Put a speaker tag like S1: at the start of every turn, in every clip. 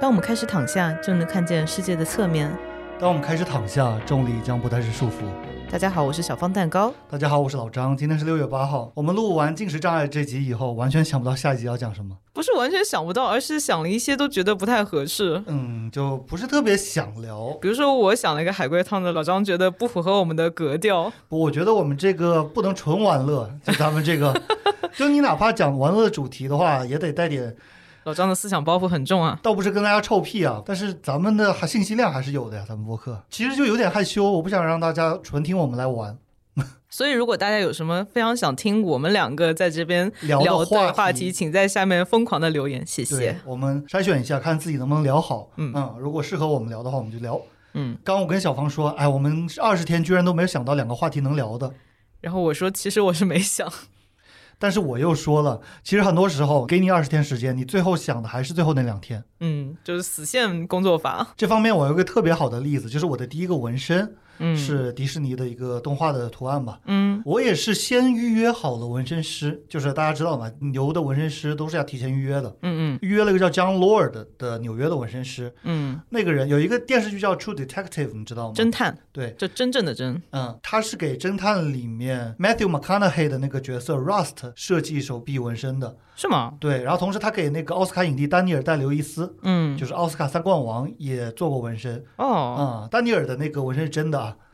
S1: 当我们开始躺下，就能看见世界的侧面。
S2: 当我们开始躺下，重力将不再是束缚。
S1: 大家好，我是小方蛋糕。
S2: 大家好，我是老张，今天是六月八号。我们录完进食障碍这集以后，完全想不到下一集要讲什么。
S1: 不是完全想不到，而是想了一些都觉得不太合适。
S2: 嗯，就不是特别想聊。
S1: 比如说，我想了一个海龟汤的，老张觉得不符合我们的格调。
S2: 我觉得我们这个不能纯玩乐，就咱们这个， 就你哪怕讲玩乐主题的话，也得带点。
S1: 老张的思想包袱很重啊。
S2: 倒不是跟大家臭屁啊，但是咱们的还信息量还是有的呀。咱们播客其实就有点害羞，我不想让大家纯听我们来玩。
S1: 所以，如果大家有什么非常想听我们两个在这边
S2: 聊的
S1: 的
S2: 话
S1: 话
S2: 题
S1: 请在下面疯狂的留言，谢
S2: 对
S1: 谢。，
S2: 我们筛选一下，看自己能不能聊好。
S1: 嗯
S2: 如果适合我们聊的话，我们就聊。
S1: 嗯，
S2: 刚我跟小芳说，哎，我们二十天居然都没有想到两个话题能聊的，
S1: 然后我说，其实我是没想，
S2: 但是我又说了，其实很多时候给你二十天时间，你最后想的还是最后那两天。
S1: 嗯，就是死线工作法，
S2: 这方面我有一个特别好的例子，就是我的第一个纹身
S1: 嗯，，
S2: 是迪士尼的一个动画的图案吧，
S1: 嗯
S2: 我也是先预约好了纹身师，就是大家知道嘛，牛的纹身师都是要提前预约的。
S1: 嗯嗯
S2: 预约了一个叫 John Lord 的的纽约的纹身师，
S1: 嗯，
S2: 那个人有一个电视剧叫《True Detective》，你知道吗？
S1: 侦探，
S2: 对，
S1: 就真正的真，
S2: 嗯，他是给侦探里面 Matthew McConaughey 的那个角色 Rust 设计一手臂纹身的。
S1: 是吗？
S2: 对，然后同时他给那个奥斯卡影帝丹尼尔戴刘易斯，
S1: 嗯，
S2: 就是奥斯卡三冠王，也做过纹身。
S1: 哦，
S2: 啊、丹尼尔的那个纹身是真的啊，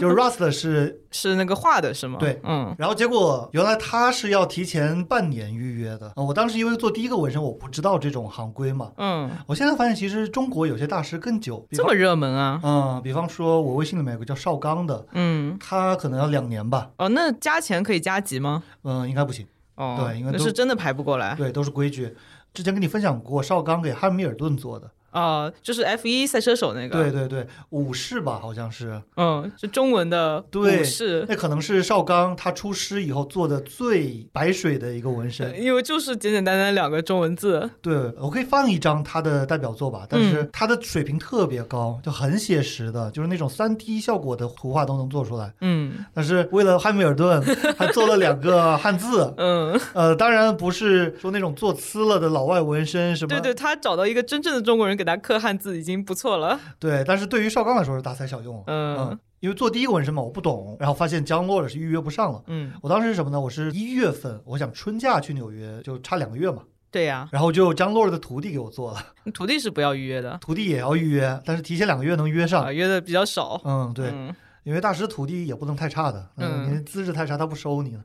S2: 就是 Rust 是
S1: 是那个画的是吗？
S2: 对，
S1: 嗯
S2: 然后结果原来他是要提前半年预约的。呃我当时因为做第一个纹身，我不知道这种行规嘛。
S1: 嗯，
S2: 我现在发现，其实中国有些大师更久，比
S1: 这
S2: 方
S1: 么热门啊，
S2: 嗯，比方说我微信里面有个叫邵刚的，
S1: 嗯，
S2: 他可能要两年吧，
S1: 哦，那加钱可以加急吗？
S2: 嗯，应该不行，
S1: 哦，
S2: 对应该
S1: 那
S2: 都
S1: 是真的排不过来
S2: 对，都是规矩。之前跟你分享过，邵刚给汉密尔顿做的，
S1: 啊、就是 F 一赛车手那个，
S2: 对，对对，武士吧，好像是，
S1: 嗯，是中文的
S2: 对
S1: 武士，
S2: 那可能是邵刚他出师以后做的最白水的一个纹身，
S1: 因为就是简简单单两个中文字，
S2: 对，我可以放一张他的代表作吧，但
S1: 嗯
S2: 是他的水平特别高，就很写实的，就是那种三 D 效果的图画都能做出来。
S1: 嗯
S2: 但是为了汉密尔 顿，还做了两个汉字，
S1: 嗯，
S2: 呃，当然不是说那种做呲了的老外纹身什么，
S1: 对对，他找到一个真正的中国人给他刻汉字已经不错了，
S2: 对但是对于邵刚来说是大材小用，
S1: 嗯
S2: 因为做第一个纹身嘛，我不懂，然后发现江洛的是预约不上了。
S1: 嗯，
S2: 我当时是什么呢？我是一月份，我想春假去纽约，就差两个月嘛，
S1: 对呀、
S2: 然后就江洛的徒弟给我做了，
S1: 徒弟是不要预约的
S2: 徒弟也要预约，但是提前两个月能约上
S1: 啊，。约的比较少，
S2: 嗯，对，
S1: 嗯
S2: 因为大师徒弟也不能太差的，
S1: 嗯
S2: 你资质太差他不收你的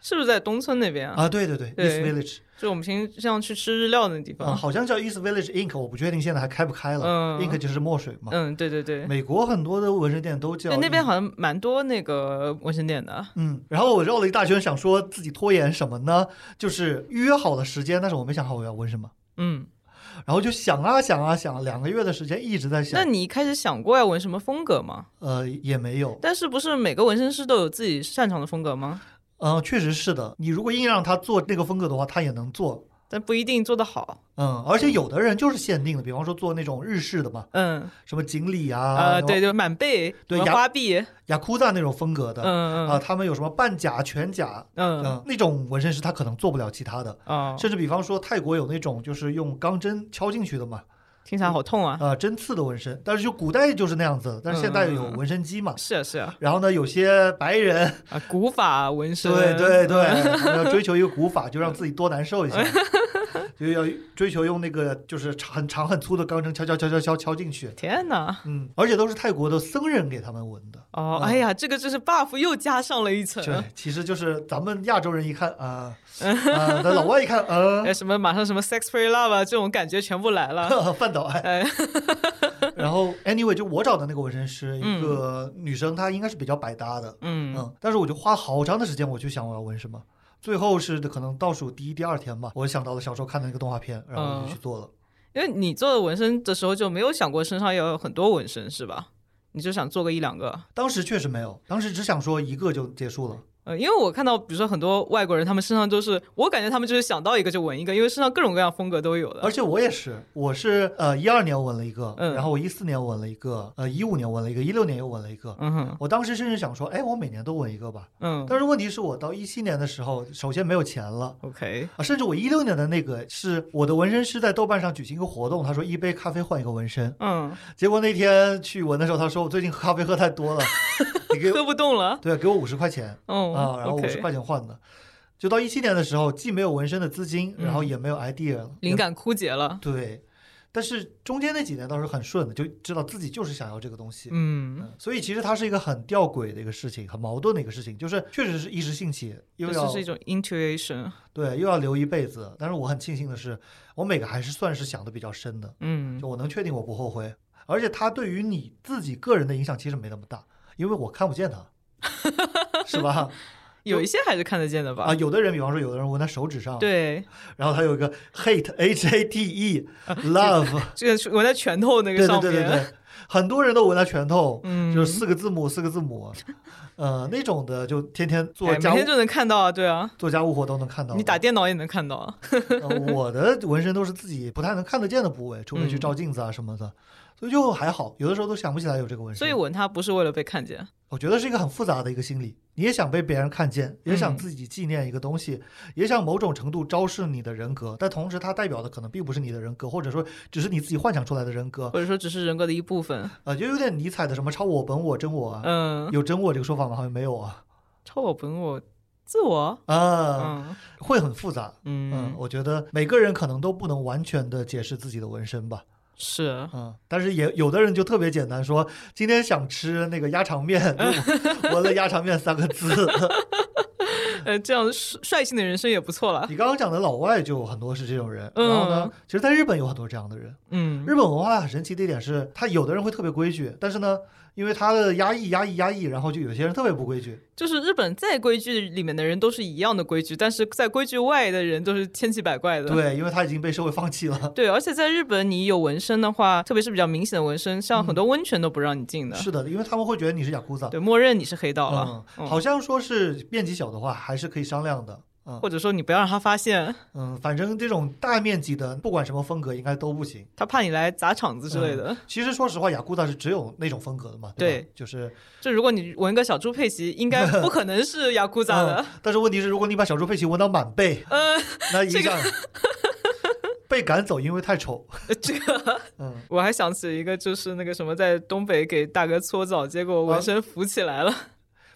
S1: 是不是在东村那边啊？
S2: 啊。对对对
S1: 对
S2: ，East Village
S1: 就我们平时像去吃日料那地
S2: 啊，
S1: 方，
S2: 好像叫 East Village Ink，我不确定现在还开不开了。
S1: 嗯
S2: Ink 就是墨水嘛，嗯
S1: 嗯，对对对。
S2: 美国很多的纹身店都叫
S1: 对，那边
S2: Ink
S1: 好像蛮多那个纹身店的，啊
S2: 嗯，然后我绕了一大圈，想说自己拖延什么呢？就是约好了时间，但是我没想好我要纹什么，
S1: 嗯，
S2: 然后就想啊想啊想，两个月的时间一直在
S1: 那
S2: 想，
S1: 你一开始想过要纹什么风格吗？
S2: 呃，也没有，
S1: 但是不是每个纹身师都有自己擅长的风格吗？
S2: 嗯、确实是的。你如果硬让他做那个风格的话，他也能做，
S1: 但不一定做得好，
S2: 嗯，而且有的人就是限定的，比方说做那种日式的嘛，
S1: 嗯，
S2: 什么锦鲤啊，
S1: 呃，
S2: 然后
S1: 对对，满背，什
S2: 对
S1: 么
S2: 牙
S1: 花臂，
S2: 雅库赞那种风格的，
S1: 嗯
S2: 啊，
S1: 嗯
S2: 他们有什么半甲、全甲，
S1: 嗯嗯
S2: 嗯，那种纹身师他可能做不了其他的，
S1: 哦，
S2: 甚至比方说泰国有那种就是用钢针敲进去的嘛，
S1: 听起来好痛啊！
S2: 啊，针刺的纹身，但是就古代就是那样子，但是现在有纹身机嘛。
S1: 是啊是啊，
S2: 然后呢，有些白人，
S1: 啊，古法纹身，
S2: 对对嗯对，要追求一个古法，就让自己多难受一 下，就要追求用那个就是长很长很粗的钢针敲敲敲敲敲敲进去，
S1: 天哪！
S2: 嗯，而且都是泰国的僧人给他们纹的，
S1: 哦，
S2: 嗯
S1: 哎呀，这个就是 buff 又加上了一层，
S2: 对，其实就是啊咱们亚洲人一看 啊，啊，那老外一看，呃
S1: 哎，什么马上什么 sex free love 啊，这种感觉全部来了。
S2: 范岛爱。
S1: 哎，
S2: 然后 anyway，就我找的那个纹身师，一个女生，她应该是比较百搭的，
S1: 嗯，
S2: 嗯，但是我就花好长的时间，我去想我要纹什么。最后是可能倒数第一、第二天吧，我想到了小时候看的那个动画片，然后我就
S1: 嗯
S2: 去做了。
S1: 因为你做纹身的时候就没有想过身上要有很多纹身是吧？你就想做个一两个，
S2: 当时确实没有，当时只想说一个就结束了。
S1: 呃，因为我看到，比如说很多外国人，他们身上都是，我感觉他们就是想到一个就纹一个，因为身上各种各样风格都有的。
S2: 而且我也是，我是呃一二年纹了一个，
S1: 嗯
S2: 然后我一四年纹了一个，呃一五年纹了一个，一六年又纹了一个。
S1: 嗯哼，
S2: 我当时甚至想说，哎，我每年都纹一个吧。
S1: 嗯
S2: 但是问题是我到一七年的时候，首先没有钱了。
S1: ，OK，
S2: 啊，甚至我一六年的那个是我的纹身师在豆瓣上举行一个活动，他说一杯咖啡换一个纹身。
S1: 嗯，
S2: 结果那天去纹的时候，他说我最近喝咖啡喝太多了， 你给
S1: 喝不动了，
S2: 对给我五十块钱
S1: 嗯
S2: 啊，然后五十
S1: OK，
S2: 块钱换的。就到一七年的时候，既没有纹身的资金，然后也没有 idea 了，
S1: 嗯灵感枯竭了，嗯
S2: 对，但是中间那几年倒是很顺的，就知道自己就是想要这个东西。
S1: 嗯，
S2: 嗯所以其实它是一个很吊诡的一个事情，很矛盾的一个事情，就是确实是一时兴起，又
S1: 这
S2: 要
S1: 就是一种 intuition，
S2: 对又要留一辈子。但是我很庆幸的是，我每个还是算是想的比较深的，
S1: 嗯
S2: 就我能确定我不后悔，而且它对于你自己个人的影响其实没那么大，因为我看不见它，是 吧？
S1: 有一些还是看得见的吧？
S2: 啊，有的人，比方说有的人纹在手指上，，
S1: 对，
S2: 然后他有一个 hate h a t e love。
S1: 这个是纹在拳头那个
S2: 对对
S1: 上
S2: 对对
S1: 面，
S2: 对，很多人都纹在拳头，
S1: 嗯
S2: 就是四个字母四个字母，呃，那种的就天天做
S1: 哎
S2: 家
S1: 每
S2: 务、
S1: 天就能看到啊，对啊，
S2: 做家务活都能看到的。
S1: 你打电脑也能看到啊，
S2: 呃我的纹身都是自己不太能看得见的部位，除非去
S1: 嗯
S2: 照镜子啊什么的，所以就还好，有的时候都想不起来有这个纹身。
S1: 所以纹它不是为了被看见，
S2: 我觉得是一个很复杂的一个心理，你也想被别人看见，也想
S1: 嗯
S2: 自己纪念一个东西，也想某种程度昭示你的人格，但同时它代表的可能并不是你的人格，或者说只是你自己幻想出来的人格，
S1: 或者说只是人格的一部分，
S2: 呃，就有点尼采的什么超我、本我、真我啊，
S1: 嗯，
S2: 有真我这个说法吗？好像没有啊。
S1: 超我本我自我，
S2: 啊，
S1: 嗯
S2: 会很复杂。嗯，
S1: 嗯，
S2: 我觉得每个人可能都不能完全的解释自己的纹身吧。
S1: 是，
S2: 嗯，但是也有的人就特别简单说，今天想吃那个鸭肠面， 就纹了鸭肠面三个字。
S1: 呃，这样率率性的人生也不错了，
S2: 你刚刚讲的老外就有很多是这种人，然后呢，其实在日本有很多这样的人。
S1: 嗯
S2: 日本文化很神奇的一点是，他有的人会特别规矩，但是呢，因为他的压抑、压抑、压抑，然后就有些人特别不规矩。，
S1: 就是日本在规矩里面的人都是一样的规矩，但是在规矩外的人都是千奇百怪的。
S2: 对，因为他已经被社会放弃了。
S1: 对而且在日本，你有纹身的话，特别是比较明显的纹身，像很多温泉都不让你进的，
S2: 嗯是的，因为他们会觉得你是雅库萨。
S1: 对，默认你是黑道了，
S2: 嗯，
S1: 嗯
S2: 好像说是面积小的话，还是可以商量的。嗯
S1: 或者说你不要让他发现，
S2: 嗯，反正这种大面积的，不管什么风格，应该都不行。
S1: 他怕你来砸场子之类的。
S2: 其实说实话，雅库萨是只有那种风格的嘛，对吧？就是
S1: 就如果你纹个小猪佩奇，应该不可能是雅库扎的。
S2: 嗯但是问题是，如果你把小猪佩奇纹到满背，
S1: 嗯，
S2: 那一
S1: 这个
S2: 下 被赶走，因为太 丑。
S1: 这个
S2: 嗯，
S1: 我还想起一个，就是那个什么，在东北给大哥搓澡，结果纹身浮起 来了，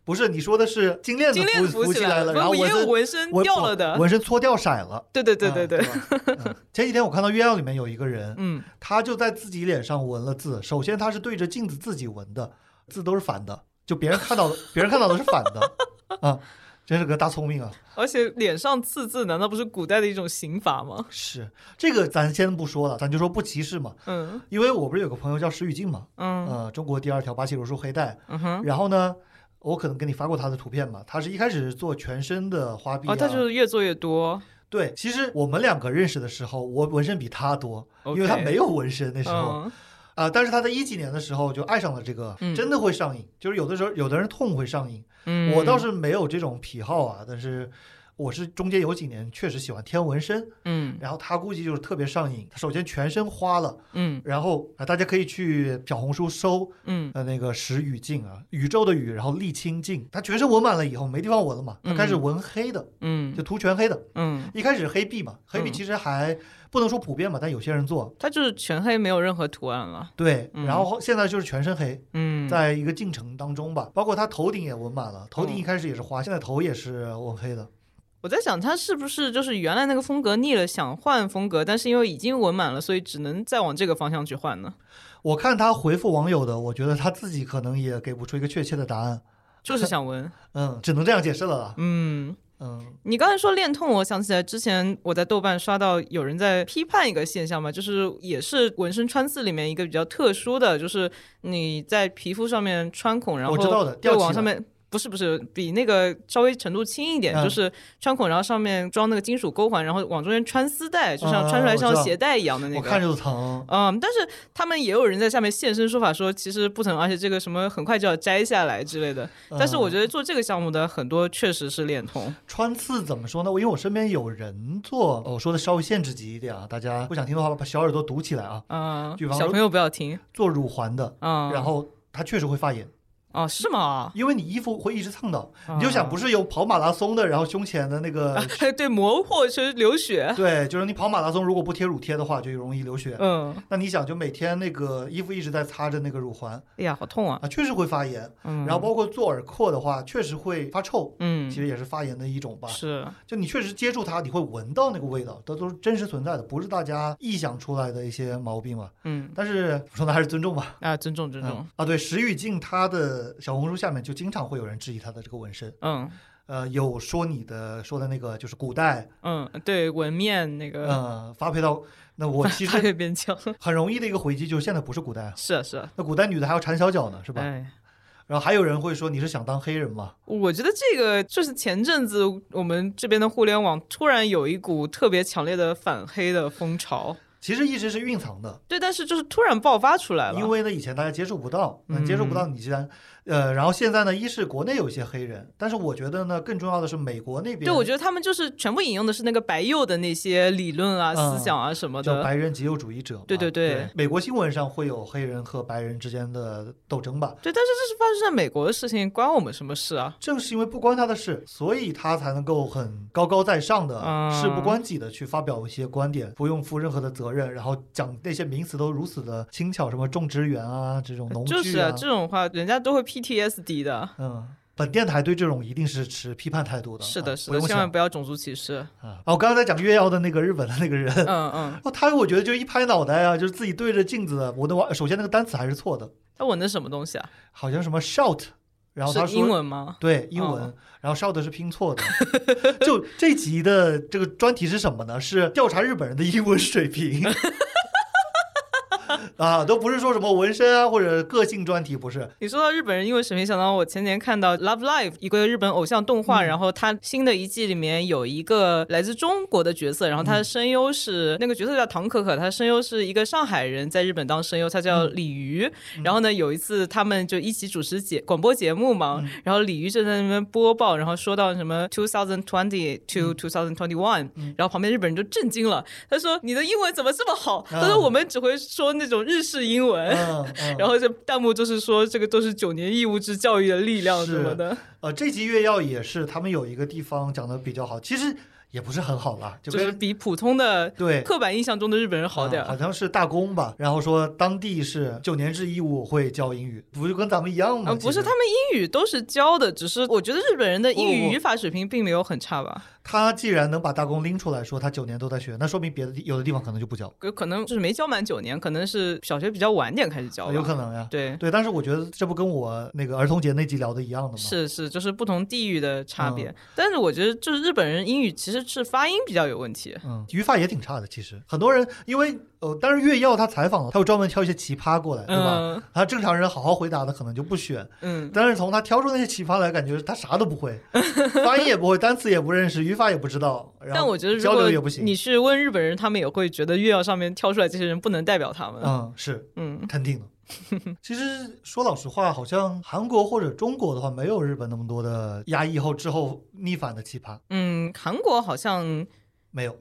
S2: 不是，你说的是金链子
S1: 金链子
S2: 浮浮
S1: 起
S2: 起来
S1: 了，
S2: 然后
S1: 不也
S2: 纹
S1: 有
S2: 身
S1: 纹身
S2: 纹
S1: 掉了的。
S2: 纹身搓掉色了。
S1: 对对对对
S2: 嗯
S1: 对，
S2: 对吧嗯前几天我看到《月亮》里面有一个人，
S1: 嗯，
S2: 他就在自己脸上纹了字。首先，他是对着镜子自己纹的，字都是反的，就别人看 到的，别人看到的是反的啊，真是个大聪明啊！
S1: 而且脸上刺字，难道不是古代的一种刑罚吗？
S2: 是这个，咱先不说了，咱就说不歧视嘛。
S1: 嗯
S2: 因为我不是有个朋友叫石宇静嘛，
S1: 嗯
S2: 呃，中国第二条巴西柔术黑带。
S1: 嗯哼，
S2: 然后呢，我可能给你发过他的图片嘛，他是一开始是做全身的花臂、啊，
S1: 哦，他就是越做越多。
S2: 对。其实我们两个认识的时候，我纹身比他多，因
S1: OK，
S2: 为他没有纹身那时候。
S1: 嗯
S2: 啊、但是他在一几年的时候就爱上了这个，
S1: 嗯
S2: 真的会上瘾。就是有的时候，有的人痛会上瘾，
S1: 嗯，
S2: 我倒是没有这种癖好啊。但是我是中间有几年确实喜欢天纹身，
S1: 嗯
S2: 然后他估计就是特别上瘾。首先全身花了，
S1: 嗯
S2: 然后啊、大家可以去小红书搜
S1: 嗯
S2: 呃那个石宇镜啊，宇宙的宇，然后沥青镜。他全身纹满了以后没地方纹了嘛，他开始
S1: 嗯
S2: 纹黑的，
S1: 嗯
S2: 就涂全黑的。
S1: 嗯，
S2: 一开始黑臂嘛，黑臂
S1: 嗯
S2: 其实还不能说普遍嘛，但有些人做。
S1: 他就是全黑，没有任何图案了。
S2: 对，
S1: 嗯
S2: 然后现在就是全身黑，
S1: 嗯，
S2: 在一个进程当中吧，包括他头顶也纹满了，头顶一
S1: 嗯
S2: 开始也是花，现在头也是纹黑的。
S1: 我在想他是不是就是原来那个风格腻了，想换风格，但是因为已经纹满了，所以只能再往这个方向去换呢？
S2: 我看他回复网友的，我觉得他自己可能也给不出一个确切的答案，
S1: 就是想 纹。
S2: 嗯，只能这样解释了啦，
S1: 嗯，
S2: 嗯
S1: 你刚才说恋痛，我想起来之前我在豆瓣刷到有人在批判一个现象嘛，就是也是纹身穿刺里面一个比较特殊的，就是你在皮肤上面穿孔，然
S2: 我知道
S1: 后
S2: 的
S1: 又
S2: 吊起
S1: 往
S2: 来
S1: 上面不是不是，比那个稍微程度轻一点，
S2: 嗯
S1: 就是穿孔，然后上面装那个金属钩环，然后往中间穿丝带，就像
S2: 啊
S1: 穿出来
S2: 我
S1: 像
S2: 知道
S1: 鞋带一样的那个。
S2: 我看着就疼。
S1: 嗯，但是他们也有人在下面现身说法说，其实不疼，而且这个什么很快就要摘下来之类的。但是我
S2: 嗯
S1: 觉得做这个项目的很多确实是恋童，
S2: 穿刺怎么说呢？我因为我身边有人做，哦我说的稍微限制级一点啊，大家不想听的话，把小耳朵堵起来啊。
S1: 嗯
S2: 举，房
S1: 小
S2: 如
S1: 朋友不要听，
S2: 做乳环的，
S1: 嗯，
S2: 然后它确实会发炎，
S1: 哦是吗？
S2: 因为你衣服会一直蹭到。你就
S1: 啊，
S2: 想，不是有跑马拉松的，然后胸前的那个
S1: 嗯 对，磨破就是流血，
S2: 对，就是你跑马拉松如果不贴乳贴的话，就容易流血。
S1: 嗯，
S2: 那你想，就每天那个衣服一直在擦着那个乳环
S1: 哎呀，好痛啊，
S2: 啊，确实会发炎。
S1: 嗯，
S2: 然后包括做耳廓的话，确实会发臭，
S1: 嗯
S2: 其实也是发炎的一种吧。
S1: 是，
S2: 就你确实接触它，你会闻到那个味道，它都是真实存在的，不是大家臆想出来的一些毛病嘛。
S1: 嗯
S2: 但是我说呢，还是尊重吧。
S1: 啊，尊重尊重
S2: 嗯，啊，对，石宇静他的小红书下面就经常会有人质疑他的这个纹身，
S1: 嗯
S2: 呃，有说你的说的那个就是古代
S1: 嗯，对，纹面那个
S2: 呃，发配到那我其
S1: 发
S2: 实
S1: 给边疆，
S2: 很容易的一个回击就是现在不是古代啊，
S1: 是啊是啊，
S2: 那古代女的还要缠小脚呢，是吧？
S1: 哎。
S2: 然后还有人会说你是想当黑人吗？
S1: 我觉得这个就是前阵子我们这边的互联网突然有一股特别强烈的反黑的风潮，
S2: 其实一直是蕴藏的，
S1: 对，但是就是突然爆发出来了，
S2: 因为呢以前大家接触不到，那
S1: 嗯
S2: 接触不到你既然呃，然后现在呢，一是国内有一些黑人，但是我觉得呢，更重要的是美国那边
S1: 对我觉得他们就是全部引用的是那个白右的那些理论啊、
S2: 嗯
S1: 思想啊什么
S2: 叫
S1: 的，
S2: 白人极右主义者嘛，
S1: 对对对
S2: 美国新闻上会有黑人和白人之间的斗争吧。
S1: 对，但是这是发生在美国的事情，关我们什么事啊？
S2: 正是因为不关他的事，所以他才能够很高高在上的、
S1: 啊
S2: 事不关己的去发表一些观点，不用负任何的责任，然后讲那些名词都如此的轻巧，什么种植园啊，这种农具啊，
S1: 就是啊，这种话人家都会 PTSD 的。
S2: 嗯。本电台对这种一定是持批判态度的，
S1: 是
S2: 啊
S1: 的，是
S2: 不
S1: 的，
S2: 用
S1: 千万
S2: 想
S1: 不要种族歧视。
S2: 啊！啊，我刚刚在讲月曜的那个日本的那个人，
S1: 嗯 嗯，
S2: 哦，他我觉得就一拍脑袋啊，就是自己对着镜子，我的网首先那个单词还是错的，
S1: 他纹的什么东西啊？
S2: 好像什么 shout，然后他
S1: 是
S2: 说
S1: 英文吗？
S2: 对，英文，
S1: 哦
S2: 然后 shout 是拼错的。就这集的这个专题是什么呢？是调查日本人的英文水平。 啊，都不是说什么纹身啊或者个性专题，不是。
S1: 你说到日本人英文水平，想到我前年看到《Love Live》一个日本偶像动画，然后它新的一季里面有一个来自中国的角色，然后他的声优是、那个角色叫唐可可，他声优是一个上海人，在日本当声优，他叫鲤鱼。然后呢，有一次他们就一起主持节广播节目嘛，然后鲤鱼就在那边播报，然后说到什么 two thousand twenty to two thousand twenty one，然后旁边日本人就震惊了，他说你的英文怎么这么好？他说
S2: 嗯
S1: 我们只会说那种日式英文。
S2: 嗯，嗯
S1: 然后这弹幕就是说，这个都是九年义务制教育的力量
S2: 是
S1: 什么的，
S2: 呃，这集月曜也是他们有一个地方讲的比较好，其实也不是很好啦，就
S1: 就
S2: 跟、
S1: 是比普通的
S2: 对
S1: 刻板印象中的日本人好点
S2: 嗯
S1: 儿。
S2: 好像是大公吧。然后说当地是九年制义务会教英语，不就跟咱们一样吗？
S1: 啊，不
S2: 其
S1: 是，
S2: 实
S1: 他们英语都是教的，只是我觉得日本人的英
S2: 不
S1: 语
S2: 不
S1: 语法水平并没有很差
S2: 嗯
S1: 吧，
S2: 他既然能把大公拎出来说他九年都在学，那说明别的地有的地方可能就不教。
S1: 可可能就是没教满九年，可能是小学比较晚点开始教吧，
S2: 有可能呀。
S1: 对，
S2: 对，但是我觉得这不跟我那个儿童节那集聊的一样的吗？，
S1: 是是，就是不同地域的差别。
S2: 嗯
S1: 但是我觉得，就是日本人英语其实是发音比较有问题。
S2: 嗯，语法也挺差的。其实很多人因为呃，但是越要他采访了，他会专门挑一些奇葩过来，对吧？
S1: 嗯
S2: 他正常人好好回答的可能就不选，
S1: 嗯，
S2: 但是从他挑出那些奇葩来，感觉他啥都 不会，发音也不会，单词也不认识，语法也不知道，然
S1: 但
S2: 后
S1: 我觉得，如
S2: 交流也不
S1: 果
S2: 行。
S1: 你去问日本人，他们也会觉得越要上面挑出来这些人不能代表他们。
S2: 嗯，是
S1: 嗯，
S2: 肯 定的。其实说老实话，好像韩国或者中国的话，没有日本那么多的压抑后之后逆反的奇葩，
S1: 嗯，韩国好像
S2: 没有。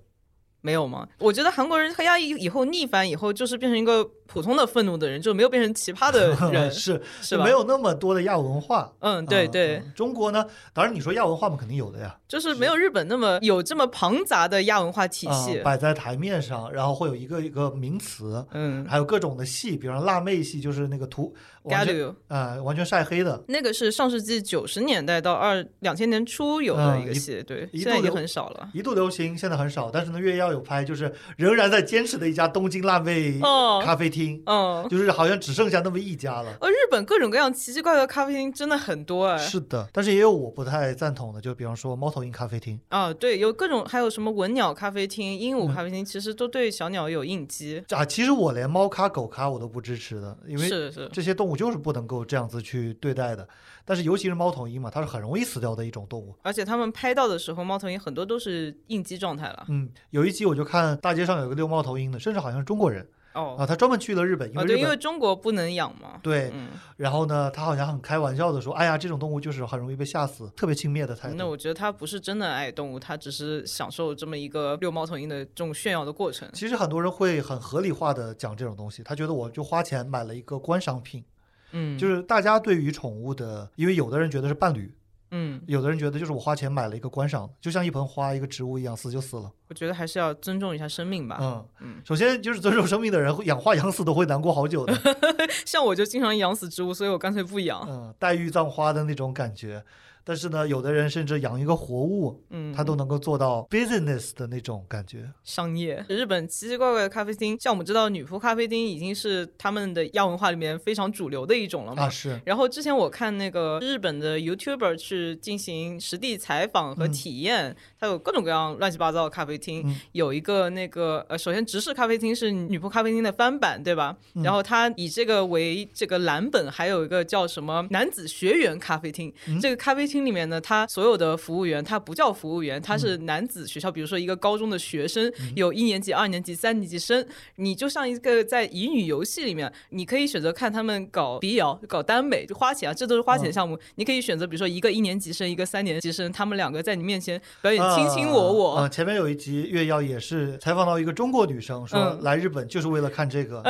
S1: 没有吗？我觉得韩国人黑压抑以后逆反以后，就是变成一个普通的愤怒的人，就没有变成奇葩的 人，
S2: 呃是
S1: 是吧？
S2: 没，有那么多的亚文化。
S1: 嗯，对
S2: 嗯
S1: 对，
S2: 嗯中国呢，当然你说亚文化嘛，肯定有的呀，
S1: 就是没有日本那么有这么庞杂的亚文化体
S2: 啊
S1: 系。
S2: 摆在台面上，然后会有一个一个名词，
S1: 嗯
S2: 还有各种的戏，比方说辣妹戏，就是那个涂完全
S1: Galu
S2: 呃完全晒黑的，
S1: 那个是上世纪九十年代到二两千年初有的
S2: 嗯
S1: 一个
S2: 一
S1: 戏，对，
S2: 一
S1: 现在
S2: 度
S1: 已经
S2: 流
S1: 很少了。
S2: 一度流行，现在很少，但是呢，越要有有拍，就是仍然在坚持的一家东京辣妹
S1: 哦
S2: 咖啡厅，
S1: 嗯，
S2: 就是好像只剩下那么一家了。
S1: 呃，日本各种各样奇奇怪怪的咖啡厅真的很多哎。
S2: 是的，但是也有我不太赞同的，就比方说猫头鹰咖啡厅，
S1: 啊，对，有各种，还有什么文鸟咖啡厅、鹦
S2: 嗯
S1: 鹉咖啡厅，其实都对小鸟有应激。
S2: 啊，其实我连猫咖、狗咖我都不支持的，因为
S1: 是是，
S2: 这些动物就是不能够这样子去对待的。但是尤其是猫头鹰嘛，它是很容易死掉的一种动物。
S1: 而且他们拍到的时候，猫头鹰很多都是应激状态了。
S2: 嗯，有一集我就看大街上有个遛猫头鹰的，甚至好像是中国人
S1: 哦，
S2: 啊，他专门去了日本，因
S1: 啊，
S2: 为
S1: 对，
S2: 日
S1: 因
S2: 本、
S1: 为中国不能养嘛。
S2: 对
S1: 嗯，
S2: 然后呢，他好像很开玩笑的说：“哎呀，这种动物就是很容易被吓死，特别轻蔑的态
S1: 嗯那
S2: 度。
S1: 我觉得他不是真的爱动物，他只是享受这么一个遛猫头鹰的这种炫耀的过程”。
S2: 其实很多人会很合理化的讲这种东西，他觉得我就花钱买了一个观赏品，
S1: 嗯，
S2: 就是大家对于宠物的，因为有的人觉得是伴侣，
S1: 嗯，
S2: 有的人觉得就是我花钱买了一个观赏，就像一盆花、一个植物一样，死就死了。
S1: 我觉得还是要尊重一下生命吧。
S2: 嗯
S1: 嗯，
S2: 首先就是尊重生命的人，会养花养死都会难过好久的。
S1: 像我就经常养死植物，所以我干脆不养。
S2: 嗯，黛玉葬花的那种感觉。但是呢，有的人甚至养一个活物，
S1: 嗯，
S2: 他都能够做到 business 的那种感觉。
S1: 商业。日本奇奇怪怪的咖啡厅，像我们知道女仆咖啡厅已经是他们的亚文化里面非常主流的一种了嘛。
S2: 啊，是，
S1: 然后之前我看那个日本的 YouTuber 去进行实地采访和体验，它有各种各样乱七八糟的咖啡厅，
S2: 嗯
S1: 有一个那个呃，首先直视咖啡厅是女仆咖啡厅的翻版，对吧？
S2: 嗯
S1: 然后它以这个为这个蓝本，还有一个叫什么男子学员咖啡厅。
S2: 嗯
S1: 这个咖啡厅里面呢，它所有的服务员，它不叫服务员，它
S2: 嗯
S1: 是男子学校，比如说一个高中的学生，有一年级、二年级、三年级生，你就像一个在乙女游戏里面，你可以选择看他们搞鼻摇、搞耽美，就花钱啊，这都是花钱
S2: 嗯
S1: 项目。你可以选择，比如说一个一年级生，一个三年级生，他们两个在你面前表演卿卿我我。
S2: 啊、啊嗯前面有一集《月曜》也是采访到一个中国女生，说
S1: 嗯
S2: 来日本就是为了看 这个。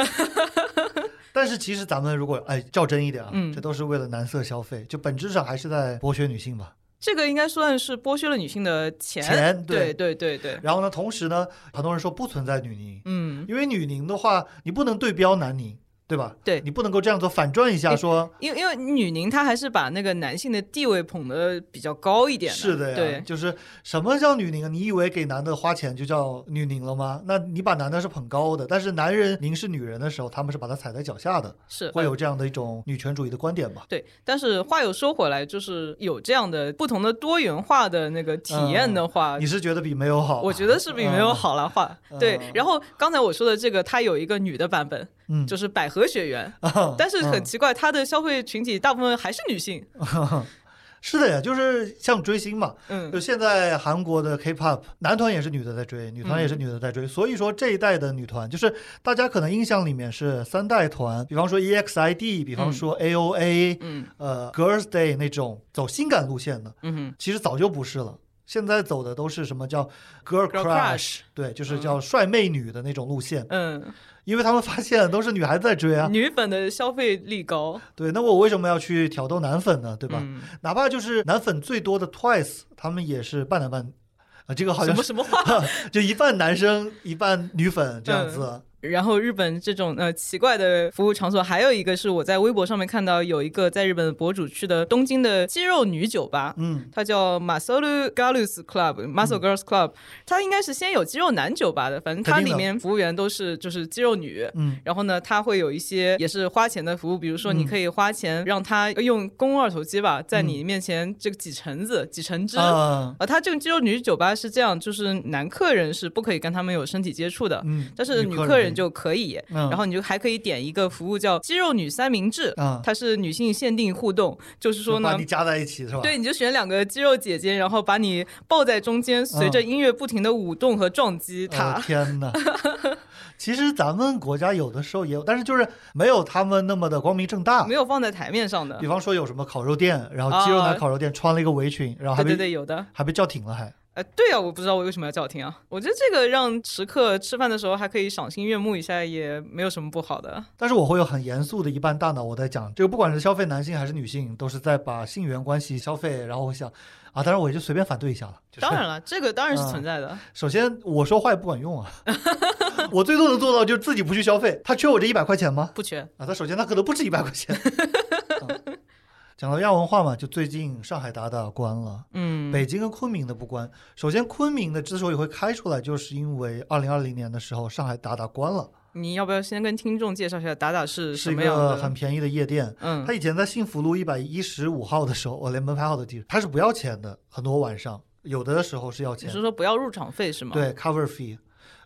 S2: 但是其实咱们如果哎较真一点啊，
S1: 嗯
S2: 这都是为了男色消费，就本质上还是在剥削女性吧。
S1: 这个应该算是剥削了女性的钱。
S2: 钱
S1: 对对
S2: 对
S1: 对对，
S2: 然后呢，同时呢，很多人说不存在女宁，
S1: 嗯，
S2: 因为女宁的话，你不能对标男宁，对吧？
S1: 对啊
S2: 你不能够这样做，反转一下说，
S1: 因为因为女宁她还是把那个男性的地位捧得比较高一点
S2: 是的呀，
S1: 对。
S2: 就是什么叫女宁啊？你以为给男的花钱就叫女宁了吗？那你把男的是捧高的，但是男人凝视女人的时候，他们是把她踩在脚下的，
S1: 是
S2: 会有这样的一种女权主义的观点吧？
S1: 对，但是话又说回来，就是有这样的不同的多元化的那个体验的话，
S2: 你是觉得比没嗯有好？
S1: 啊我觉得是比没有好了话。
S2: 嗯
S1: 对
S2: 嗯，
S1: 然后刚才我说的这个，它有一个女的版本，
S2: 嗯，
S1: 就是百合学员，
S2: 啊
S1: 但是很
S2: 嗯
S1: 奇怪，它的消费群体大部分还是女性。
S2: 是的呀，就是像追星嘛，
S1: 嗯
S2: 就现在韩国的 K-pop 男团也是女的在追，女团也是
S1: 嗯
S2: 女的在追，所以说这一代的女团就是大家可能印象里面是三代团，比方说 E EXID，比方说 AOA，、
S1: 嗯
S2: 呃 Girls Day 那种走性感路线的，
S1: 嗯哼
S2: 其实早就不是了。现在走的都是什么叫 girl
S1: Girl
S2: crush，对，就是叫帅妹女的那种路线，
S1: 嗯，
S2: 因为他们发现都是女孩子在追啊。
S1: 女粉的消费力高，
S2: 对，那我为什么要去挑逗男粉呢？对吧？
S1: 嗯
S2: 哪怕就是男粉最多的 Twice，他们也是半男半，啊，这个好
S1: 什
S2: 像
S1: 么
S2: 是
S1: 什 么话？
S2: 就一半男生一半女粉这样子。
S1: 然后日本这种呃奇怪的服务场所，还有一个是我在微博上面看到有一个在日本的博主去的东京的肌肉女酒吧，
S2: 嗯，
S1: 它叫 Masalu Girls Club Muscle Girls Club，、它应该是先有肌肉男酒吧的，反正它
S2: 肯定
S1: 里
S2: 的
S1: 面服务员都是就是肌肉女。
S2: 嗯
S1: 然后呢，它会有一些也是花钱的服务，比如说你
S2: 嗯
S1: 可以花钱让他用肱二头肌吧，在你面前这个挤橙子、挤橙汁。
S2: 啊，
S1: 啊，它这个肌肉女酒吧是这样，就是男客人是不可以跟他们有身体接触的，
S2: 嗯，
S1: 但是女客人就可以。
S2: 嗯
S1: 然后你就还可以点一个服务叫肌肉女三明治，
S2: 嗯
S1: 它是女性限定互动，就是
S2: 就
S1: 说呢
S2: 把你，加在一起是吧？
S1: 对，你就选两个肌肉姐姐，然后把你抱在中间，随
S2: 嗯
S1: 着音乐不停的舞动和撞击
S2: 哦
S1: 它。
S2: 天哪！其实咱们国家有的时候也有，但是就是没有他们那么的光明正大
S1: 没。有放在台面上的
S2: 比，方说啊有什么烤肉店，然后鸡肉
S1: 啊
S2: 男烤肉店穿了一个围裙，然后啊还
S1: 对
S2: 被
S1: 对对，有的。
S2: 还被叫停了还，
S1: 呃，对啊，我不知道我为什么要叫停啊。我觉得这个让食客吃饭的时候还可以赏心悦目一下，也没有什么不好的。
S2: 但是我会有很严肃的一半大脑，我在讲这个，不管是消费男性还是女性，都是在把性缘关系消费。然后我想啊，当然我就随便反对一下了。就是、
S1: 当然，了，这个当然是
S2: 嗯
S1: 存在的。
S2: 首先我说话也不管 用啊，我最多能做到就是自己不去消费。他缺我这一百块钱吗？
S1: 不缺，
S2: 啊，他首先他可能不止一百块钱。嗯讲到亚文化嘛，就最近上海达达关了，
S1: 嗯，
S2: 北京跟昆明的不关。首先，昆明的之所以会开出来，就是因为二零二零年的时候上海达达关了，
S1: 你要不要先跟听众介绍一下达达是什
S2: 是一
S1: 么样的？
S2: 个很便宜的夜店。
S1: 嗯
S2: 它以前在幸福路一百一十五号的时候，我连门牌号都记住，它是不要钱的，很多晚上有的时候是要
S1: 你
S2: 钱
S1: 是，说不要入场费是吗？，
S2: 对 cover fee。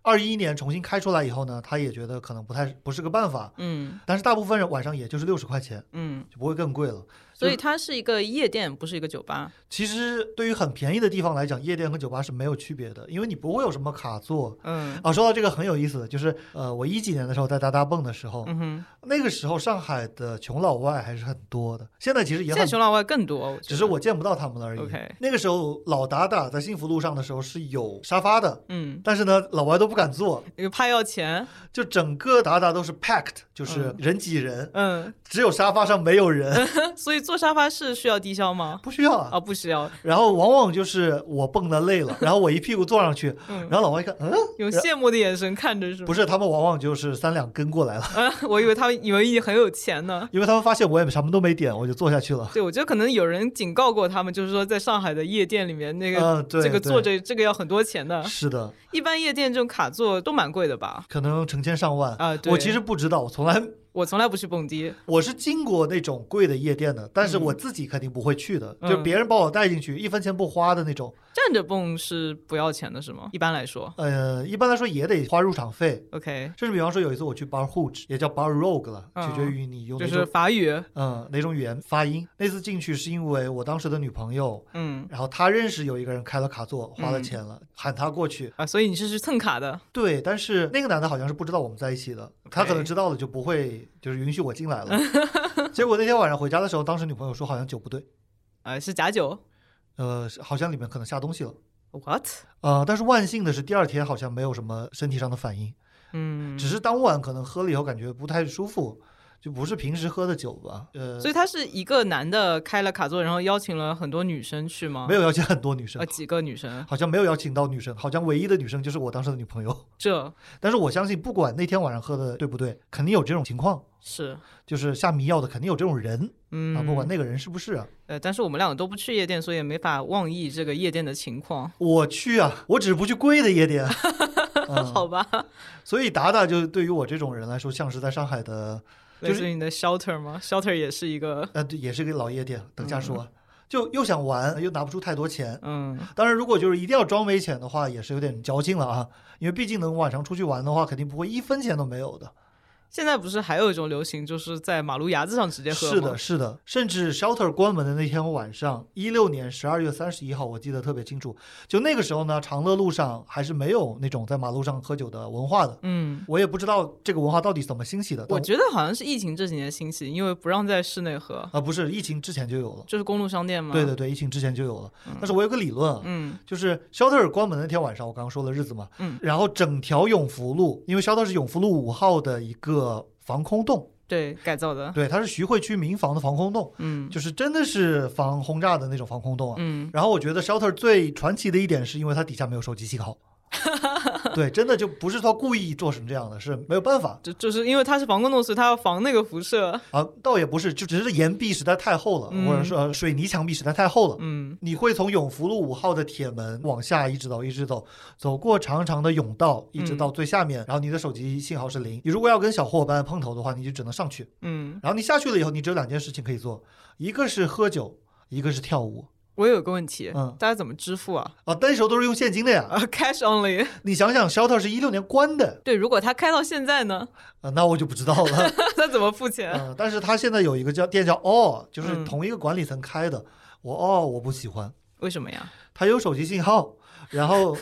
S2: 二一年重新开出来以后呢，他也觉得可能不太不是个办法，
S1: 嗯
S2: 但是大部分人晚上也就是六十块钱，
S1: 嗯，
S2: 就不会更贵了。
S1: 所以它是一个夜店，不是一个酒吧。
S2: 其实对于很便宜的地方来讲，夜店和酒吧是没有区别的，因为你不会有什么卡座。
S1: 嗯
S2: 啊，说到这个很有意思的，就是呃，我一几年的时候在达达蹦的时候，
S1: 嗯哼，
S2: 那个时候上海的穷老外还是很多的，现在其实也
S1: 现
S2: 很
S1: 在，熊老外更多，觉
S2: 只
S1: 得
S2: 是我见不到他们了而已。
S1: OK
S2: 那个时候老达达在幸福路上的时候是有沙发的，
S1: 嗯，
S2: 但是呢，老外都不敢坐，
S1: 因为怕要钱，
S2: 就整个达达都是 packed，就是人挤人，
S1: 嗯，
S2: 只有沙发上没有人，
S1: 所以坐沙发是需要低消吗？
S2: 不需要啊。
S1: 啊，不需要，
S2: 然后往往就是我蹦的累了，然后我一屁股坐上去，
S1: 嗯
S2: 然后老外一看，嗯，
S1: 用羡慕的眼神看着是吗？
S2: 不是，他们往往就是三两跟过来了，
S1: 啊， 我以为他以为你很有钱呢。
S2: 因为他们发现我也什么都没点，我就坐下去了。
S1: 对，我觉得可能有人警告过他们，就是说在上海的夜店里面，那个、
S2: 嗯，对，
S1: 这个
S2: 对
S1: 坐着这个要很多钱的。
S2: 是的，
S1: 一般夜店这种卡座都蛮贵的吧？
S2: 可能成千上万
S1: 啊对
S2: 我其实不知道，我从来
S1: 我从来不去蹦迪，
S2: 我是经过那种贵的夜店的，但是我自己肯定不会去的，就
S1: 嗯
S2: 别人把我带进去，一分钱不花的那种。
S1: 站着蹦是不要钱的，是吗？一般来说
S2: 呃，一般来说也得花入场费，
S1: ，OK，
S2: 甚至比方说有一次我去 Bar Hoot，也叫 Bar Rogue 了，
S1: 嗯
S2: 取决于你用哪
S1: 就
S2: 种、
S1: 是法语，
S2: 嗯哪种语言发音。那次进去是因为我当时的女朋友，
S1: 嗯
S2: 然后她认识有一个人开了卡座，花了钱了，喊她过去。
S1: 啊，所以你是去蹭卡的，
S2: 对，但是那个男的好像是不知道我们在一 起的，他可能知道了就不会就是允许我进来了。结果那天晚上回家的时候，当时女朋友说好像酒不对，
S1: 啊，是假酒
S2: 呃，是好像里面可能下东西了。
S1: ，what？
S2: 呃，但是万幸的是，第二天好像没有什么身体上的反应，
S1: 嗯，
S2: 只是当晚可能喝了以后感觉不太舒服，就不是平时喝的酒吧。呃，
S1: 所以他是一个男的开了卡座，然后邀请了很多女生去吗？
S2: 没有邀请很多女生
S1: 啊，，几个女生，
S2: 好像没有邀请到女生，好像唯一的女生就是我当时的女朋友。
S1: 这
S2: 但是我相信，不管那天晚上喝的对不对，肯定有这种情况，
S1: 是。
S2: 就是下迷药的肯定有这种人
S1: 嗯，
S2: 啊，不管那个人是不是啊。
S1: 呃，但是我们两个都不去夜店，所以也没法妄议这个夜店的情况，
S2: 我去啊，我只是不去贵的夜店，啊嗯
S1: 好吧？
S2: 所以达达就对于我这种人来说，像是在上海的，
S1: 类
S2: 就是
S1: 似于你的 shelter 吗？shelter 也是一个，
S2: 呃，对也是个老夜店。等下说，就又想玩，又拿不出太多钱，
S1: 嗯，
S2: 当然，如果就是一定要装没钱的话，也是有点矫情了啊，因为毕竟能晚上出去玩的话，肯定不会一分钱都没有的。
S1: 现在不是还有一种流行，就是在马路牙子上直接喝吗？
S2: 是的，，是的，甚至 shelter 关门的那天晚上，一六年十二月三十一号，我记得特别清楚。就那个时候呢，长乐路上还是没有那种在马路上喝酒的文化的，
S1: 嗯，
S2: 我也不知道这个文化到底怎么兴起的。但
S1: 我觉得好像是疫情这几年兴起，因为不让在室内喝，
S2: 啊，不是疫情之前就有了。
S1: 就是公路商店嘛。
S2: 对对，对，疫情之前就有了。但是我有个理论啊，
S1: 嗯
S2: 就是肖特尔关门那天晚上，我刚刚说了日子嘛，
S1: 嗯，
S2: 然后整条永福路，因为肖特尔是永福路五号的一个防空洞，
S1: 对，改造的，
S2: 对，它是徐汇区民房的防空洞，
S1: 嗯
S2: 就是真的是防轰炸的那种防空洞啊。
S1: 嗯，
S2: 然后我觉得肖特尔最传奇的一点是因为它底下没有手机 信号，对，真的就不是他故意做成这样的，是没有办法
S1: 就就是因为它是防空洞，所以它要防那个辐射。
S2: 啊，倒也不是，就只是岩壁实在太厚了，
S1: 嗯
S2: 或者说呃水泥墙壁实在太厚了，
S1: 嗯
S2: 你会从永福路五号的铁门往下一直走，一直走，走过长长的甬道，一直到最下面。然后你的手机信号是零。你如果要跟小伙伴碰头的话，你就只能上去。
S1: 嗯，
S2: 然后你下去了以后，你只有两件事情可以做，一个是喝酒，一个是跳舞。
S1: 我有个问题，
S2: 嗯
S1: 大家怎么支付啊？
S2: 啊，那时候都是用现金的呀。
S1: 啊、c a s h only。
S2: 你想想，Shelter 是一六年关的，
S1: 对，如果它开到现在呢，
S2: 啊，那我就不知道了。
S1: 它怎么付钱？
S2: 嗯，但是他现在有一个叫店叫 All，就是
S1: 嗯
S2: 同一个管理层开的。我 All 我不喜欢，
S1: 为什么呀？
S2: 它有手机信号，然后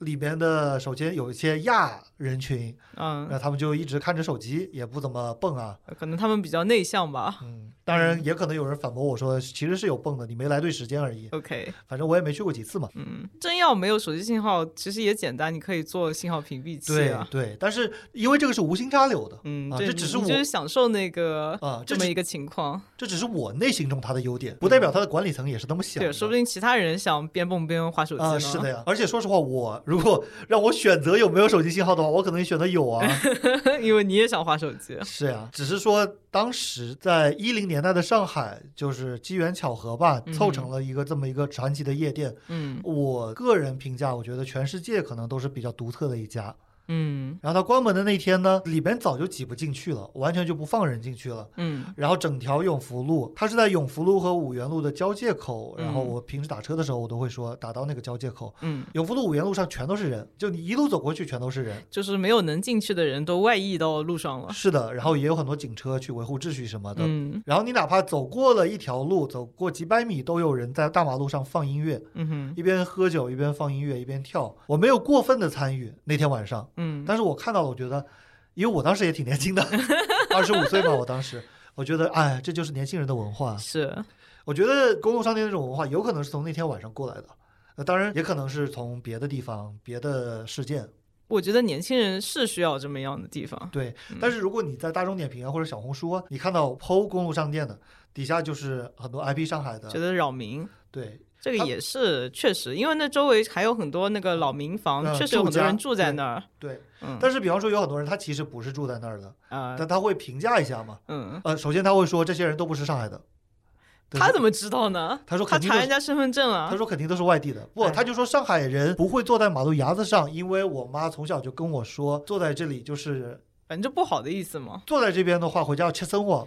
S2: 里面的首先有一些亚人群，
S1: 嗯，
S2: 那他们就一直看着手机，也不怎么蹦啊。
S1: 可能他们比较内向吧。
S2: 嗯，当然也可能有人反驳我说，其实是有蹦的，你没来对时间而已。
S1: OK，
S2: 反正我也没去过几次嘛。
S1: 嗯，真要没有手机信号，其实也简单，你可以做信号屏蔽器
S2: 对
S1: 啊。
S2: 对，但是因为这个是无心插柳的，
S1: 嗯，
S2: 啊，
S1: 对，
S2: 这只
S1: 你
S2: 是
S1: 你
S2: 我
S1: 就是享受那个
S2: 啊，这
S1: 这么一
S2: 只
S1: 个情况。
S2: 这只是我内心中它的优点，不代表它的管理层也是那么想的。
S1: 对，说不定其他人想边蹦边划手机
S2: 啊，
S1: 呢。
S2: 是的呀。而且说实话，我如果让我选择有没有手机信号的话，我可能也选择有啊。
S1: 因为你也想划手机。
S2: 是呀、只是说当时在一零年代的上海，就是机缘巧合吧，凑成了一个这么一个传奇的夜店。
S1: 嗯
S2: 我个人评价，我觉得全世界可能都是比较独特的一家。
S1: 嗯
S2: 然后它关门的那天呢，里边早就挤不进去了，完全就不放人进去了。
S1: 嗯
S2: 然后整条永福路，它是在永福路和五元路的交界口。然后我平时打车的时候，我都会说打到那个交界口。
S1: 嗯，
S2: 永福路、五元路上全都是人，就你一路走过去全都是人。
S1: 就是没有能进去的人都外溢到路上了。
S2: 是的，然后也有很多警车去维护秩序什么的。
S1: 嗯
S2: 然后你哪怕走过了一条路，走过几百米，都有人在大马路上放音乐，
S1: 嗯哼
S2: 一边喝酒一边放音乐一边跳。我没有过分的参与那天晚上，
S1: 嗯
S2: 但是我看到了，我觉得，因为我当时也挺年轻的， 二十五岁嘛，我当时。我觉得，哎，这就是年轻人的文化。
S1: 是
S2: 我觉得公共商店这种文化，有可能是从那天晚上过来的，呃，当然也可能是从别的地方、别的事件。
S1: 我觉得年轻人是需要这么样的地方。
S2: 对，但是如果你在大众点评啊或者小红书啊，你看到剖公路商店的，底下就是很多 IP 上海
S1: 觉
S2: 的，
S1: 得扰民。
S2: 对，
S1: 这个
S2: 他
S1: 也是确实，因为那周围还有很多那个老民房，
S2: 嗯
S1: 确实有很多人
S2: 住
S1: 住在
S2: 对
S1: 那儿。
S2: 对，
S1: 嗯
S2: 但是比方说有很多人他其实不是住在那儿的，
S1: 啊、
S2: 但他会评价一下嘛。
S1: 嗯，
S2: 呃，首先他会说这些人都不是上海的，对
S1: 他怎么知道呢？
S2: 他说
S1: 他
S2: 肯定
S1: 查
S2: 都
S1: 人
S2: 是
S1: 家身份证
S2: 他
S1: 啊。
S2: 说肯定都是外地的，不，
S1: 哎
S2: 他就说上海人不会坐在马路牙子上，因为我妈从小就跟我说，坐在这里就是
S1: 反正就不好的意思嘛，
S2: 坐在这边的话，回家要吃生活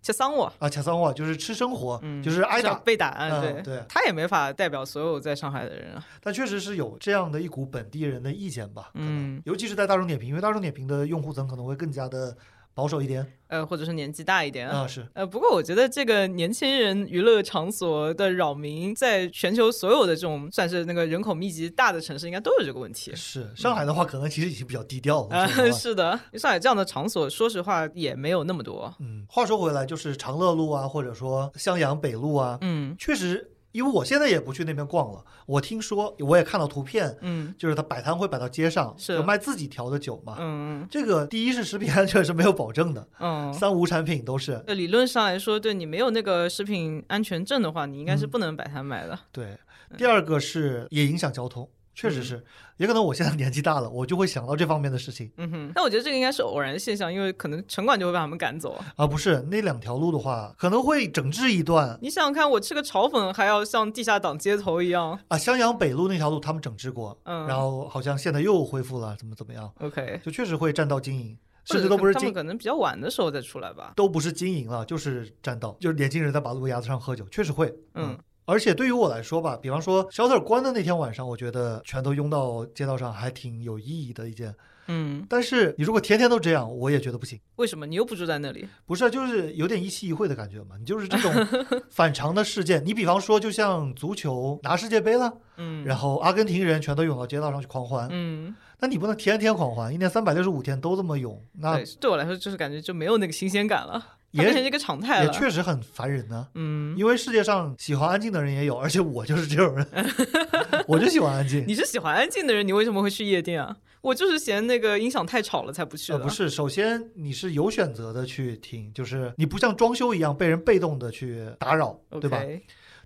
S1: 就桑我。
S2: 啊，吃生活就是吃生活，
S1: 嗯，
S2: 就是挨
S1: 想
S2: 打。
S1: 被打，
S2: 嗯
S1: 对
S2: 对
S1: 他也没法代表所有在上海的人啊。
S2: 但确实是有这样的一股本地人的意见吧，可能
S1: 嗯
S2: 尤其是在大众点评，因为大众点评的用户层可能会更加的保守一点
S1: 呃，或者是年纪大一点
S2: 啊，是
S1: 呃，不过我觉得这个年轻人娱乐场所的扰民，在全球所有的这种算是那个人口密集大的城市，应该都有这个问题。
S2: 是。上海的话，可能其实已经比较低调
S1: 啊
S2: 了，说实，话
S1: 是的，上海这样的场所，说实话也没有那么多。
S2: 嗯，话说回来，就是长乐路啊，或者说襄阳北路啊，
S1: 嗯
S2: 确实，因为我现在也不去那边逛了，我听说我也看到图片，
S1: 嗯
S2: 就是他摆摊会摆到街上，
S1: 是
S2: 有卖自己调的酒嘛。
S1: 嗯
S2: 这个第一是食品安全是没有保证的，
S1: 嗯嗯。
S2: 三无产品都是
S1: 那理论上来说，对你没有那个食品安全证的话，你应该是不能摆摊卖的。
S2: 对。第二个是也影响交通，确
S1: 嗯
S2: 实是，也可能我现在年纪大了，我就会想到这方面的事情。
S1: 嗯哼，但我觉得这个应该是偶然现象，因为可能城管就会把他们赶走。
S2: 啊，不是那两条路的话，可能会整治一段
S1: 你想想看，我吃个炒粉还要像地下党街头一样。
S2: 啊，襄阳北路那条路他们整治过，
S1: 嗯
S2: 然后好像现在又恢复了，怎么怎么样，
S1: OK，
S2: 就确实会占道经营，
S1: 或
S2: 甚
S1: 者
S2: 至都不是
S1: 他
S2: 经
S1: 们可能比较晚的时候再出来吧。
S2: 都不是经营了，就是占道，就是年轻人在马路牙子上喝酒，确实会。
S1: 嗯，
S2: 而且对于我来说吧，比方说 shelter 关的那天晚上，我觉得全都拥到街道上，还挺有意义的一件。
S1: 嗯，
S2: 但是你如果天天都这样，我也觉得不行。
S1: 为什么你又不住在那里？
S2: 不是啊，就是有点一期一会的感觉嘛。你就是这 种反常的事件，你比方说，就像足球拿世界杯了，
S1: 嗯
S2: 然后阿根廷人全都涌到街道上去狂欢，
S1: 嗯，
S2: 那你不能天天狂欢，一年三百六十五天都这么涌，那
S1: 对，对我来说就是感觉就没有那个新鲜感了，它
S2: 啊也
S1: 变成一个常态
S2: 也
S1: 了。
S2: 确实很烦人呢、
S1: 嗯，
S2: 因为世界上喜欢安静的人也有，而且我就是这种 人，我就喜欢安静。
S1: 你是喜欢安静的人，你为什么会去夜店啊？我就是嫌那个音响太吵了才不去
S2: 呃，
S1: 的。
S2: 不是，首先你是有选择的去听，就是你不像装修一样被人被动的去打扰
S1: o k
S2: 对吧？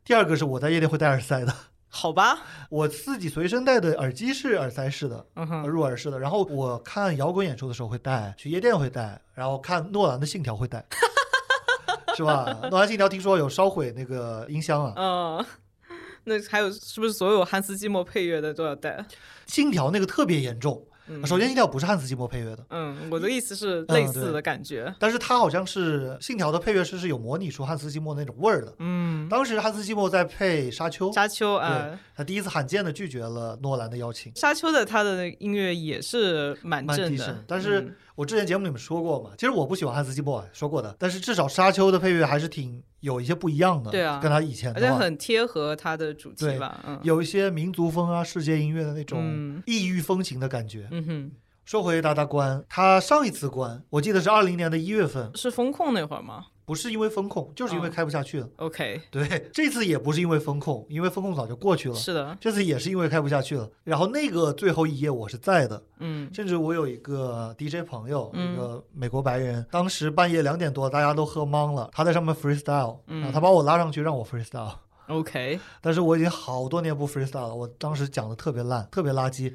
S2: 第二个是我在夜店会戴耳塞的，
S1: 好吧，
S2: 我自己随身带的耳机是耳塞式的，
S1: 嗯
S2: 呃
S1: 哼，
S2: 入耳式的。然后我看摇滚演出的时候会戴，去夜店会戴，然后看诺兰的《信条》会戴，是吧？诺兰《信条》听说有烧毁那个音箱啊，
S1: 嗯、那还有是不是所有汉斯季默配乐的都要带？
S2: 《信条》那个特别严重。
S1: 嗯
S2: 首先，《信条》不是汉斯季默配乐的。
S1: 嗯，我的意思是类
S2: 嗯
S1: 似
S2: 对
S1: 的感觉。
S2: 但是他好像是《信条》的配乐师是有模拟出汉斯季默那种味儿的。
S1: 嗯，
S2: 当时汉斯季默在配《沙丘》，
S1: 沙丘啊。
S2: 对他第一次罕见的拒绝了诺兰的邀请，
S1: 沙丘的他的音乐也是蛮
S2: 蛮
S1: 正
S2: 低
S1: 的嗯
S2: 沉，。但是我之前节目里面说过嘛，其实我不喜欢汉斯季默，啊说过的。但是至少《沙丘》的配乐还是挺有一些不一样的，
S1: 对啊
S2: 跟他以前
S1: 嗯而且
S2: 的话，
S1: 很贴合他的主题
S2: 对
S1: 吧，嗯
S2: 有一些民族风啊、世界音乐的那种
S1: 嗯
S2: 异域风情的感觉。
S1: 嗯哼，
S2: 说回达达关，他上一次关，我记得是二零年的一月份，
S1: 是风控那会儿吗
S2: 不是因为风控，就是因为
S1: 嗯
S2: 开不下去了。
S1: ？OK，
S2: 对，这次也不是因为风控，因为风控早就过去了。
S1: 是的，
S2: 这次也是因为开不下去了。然后那个最后一夜我是在的，
S1: 嗯
S2: 甚至我有一个 DJ 朋友，
S1: 嗯
S2: 一个美国白人，当时半夜两点多大家都喝懵了，他在上面 freestyle，
S1: 嗯
S2: 然后他把我拉上去让我 freestyle，
S1: OK，
S2: 但是我已经好多年不 freestyle 了，我当时讲的特别烂，特别垃圾。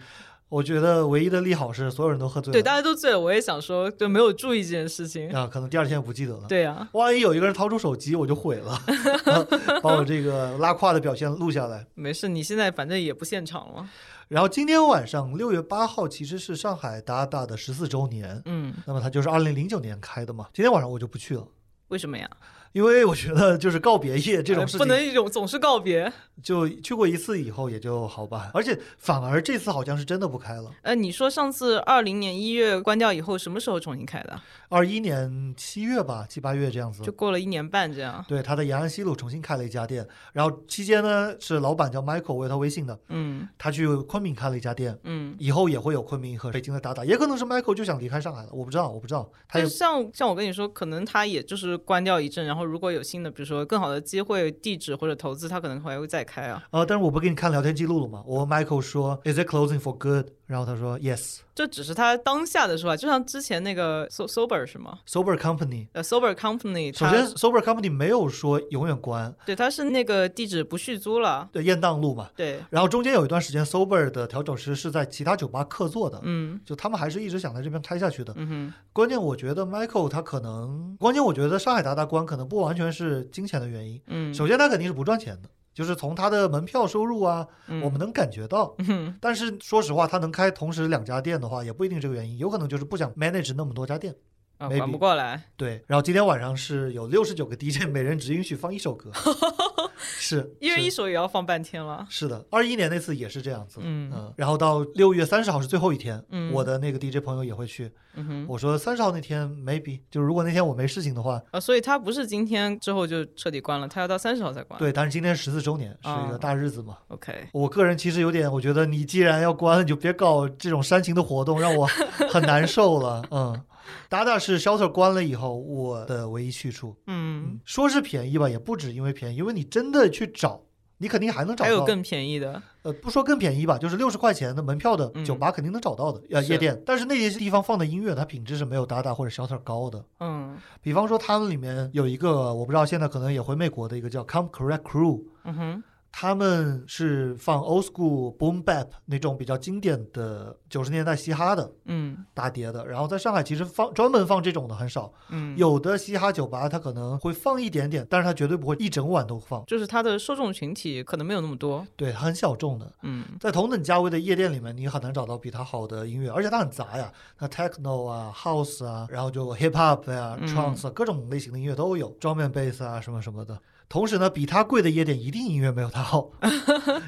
S2: 我觉得唯一的利好是所有人都喝醉了，
S1: 对，大家都醉了，我也想说，就没有注意这件事情。
S2: 啊，可能第二天也不记得了。
S1: 对啊呀、
S2: 万一有一个人掏出手机，我就毁了， 把我这个拉胯的表现录下来。
S1: 没事，你现在反正也不现场了。
S2: 然后今天晚上六月八号其实是上海达达的十四周年，
S1: 嗯，
S2: 那么它就是二零零九年开的嘛。今天晚上我就不去了，
S1: 为什么呀？
S2: 因为我觉得就是告别夜这种
S1: 哎
S2: 事
S1: 不
S2: 情，
S1: 能一种总是告别。
S2: 就去过一次以后也就好办。而且反而这次好像是真的不开了，
S1: 呃，你说上次二零年一月关掉以后，什么时候重新开的？
S2: 二一年七月吧，七八月这样子
S1: 就。过了一年半这样。
S2: 对，他在延安西路重新开了一家店，然后期间呢是老板叫 Michael，我有他微信的，
S1: 嗯
S2: 他去昆明开了一家店，
S1: 嗯。
S2: 以后也会有昆明和北京的打打，也可能是 Michael 就想离开上海了，我不知道，我不知道，他
S1: 但
S2: 也
S1: 是像像我跟你说，可能他也就是关掉一阵，然后如果有新的，比如说更好的机会、地址或者投资，他可能还会再开啊。
S2: 呃，但是我不给你看聊天记录了吗？我问 Michael 说，Is it closing for good？然后他说，Yes。
S1: 这只是他当下的说法，就像之前那个 so sober 是吗？
S2: Sober Company，
S1: 呃，sober company，
S2: 首
S1: 它
S2: 先 Sober Company 没有说永远关，
S1: 对，它是那个地址不续租了。
S2: 对，雁荡路嘛。
S1: 对，
S2: 然后中间有一段时间，Sober 的调酒师是在其他酒吧客座的，
S1: 嗯
S2: 就他们还是一直想在这边开下去的。
S1: 嗯哼，
S2: 关键我觉得 Michael 他可能，关键我觉得上海达达关可能不完全是金钱的原因，
S1: 嗯，
S2: 首先他肯定是不赚钱的。就是从他的门票收入啊，
S1: 嗯
S2: 我们能感觉到。
S1: 嗯
S2: 但是说实话，他能开同时两家店的话，也不一定这个原因，有可能就是不想 manage 那么多家店。
S1: 啊
S2: maybe
S1: 管不过来，
S2: 对，然后今天晚上是有六十九个 DJ，每 人只允许放一 首歌，是，
S1: 一人
S2: 是
S1: 一首也要放半天了。
S2: 是的，二一年那次也是这样子，
S1: 嗯
S2: 然后到六月三十号是最后一天，
S1: 嗯
S2: 我的那个 DJ 朋友也会去，
S1: 嗯哼，
S2: 我说三十号那天 maybe，就是如果那天我没事情的话，
S1: 啊，所以它不是今天之后就彻底关了，它要到三十号才关。
S2: 对，但是今天十四周年是一
S1: 啊
S2: 个大日子嘛，
S1: ，OK，
S2: 我个人其实有点，我觉得你既然要关了，你就别搞这种煽情的活动，让我很难受了。嗯，达达是 shelter 关了以后我的唯一去处。
S1: 嗯，
S2: 嗯，说是便宜吧，也不止因为便宜，因为你真的去找，你肯定还能找
S1: 还有
S2: 到。
S1: 更便宜的，
S2: 呃，不说更便宜吧，就是六十块钱的门票的
S1: 嗯
S2: 酒吧肯定能找到的，呃，
S1: 是
S2: 夜店。但是那些地方放的音乐，它品质是没有达达或者 shelter 高的。
S1: 嗯
S2: 比方说，他们里面有一个我不知道现在可能也回美国的一个叫 Come Correct Crew，
S1: 嗯哼，
S2: 他们是放 old school boom bap 那种比较经典的九十年代嘻哈的
S1: 嗯
S2: 大碟的，然后在上海其实放专门放这种的很少，
S1: 嗯，
S2: 有的嘻哈酒吧它可能会放一点点，但是它绝对不会一整晚都放，
S1: 就是它的受众群体可能没有那么多，
S2: 对，很小众的。
S1: 嗯
S2: 在同等价位的夜店里面，你很难找到比它好的音乐，而且它很杂呀，那 techno 啊、house 啊，然后就 hip hop 呀、
S1: 嗯
S2: trance 啊，各种类型的音乐都有，drum and bass 啊什么什么的。同时呢，比它贵的夜店一定音乐没有它 好，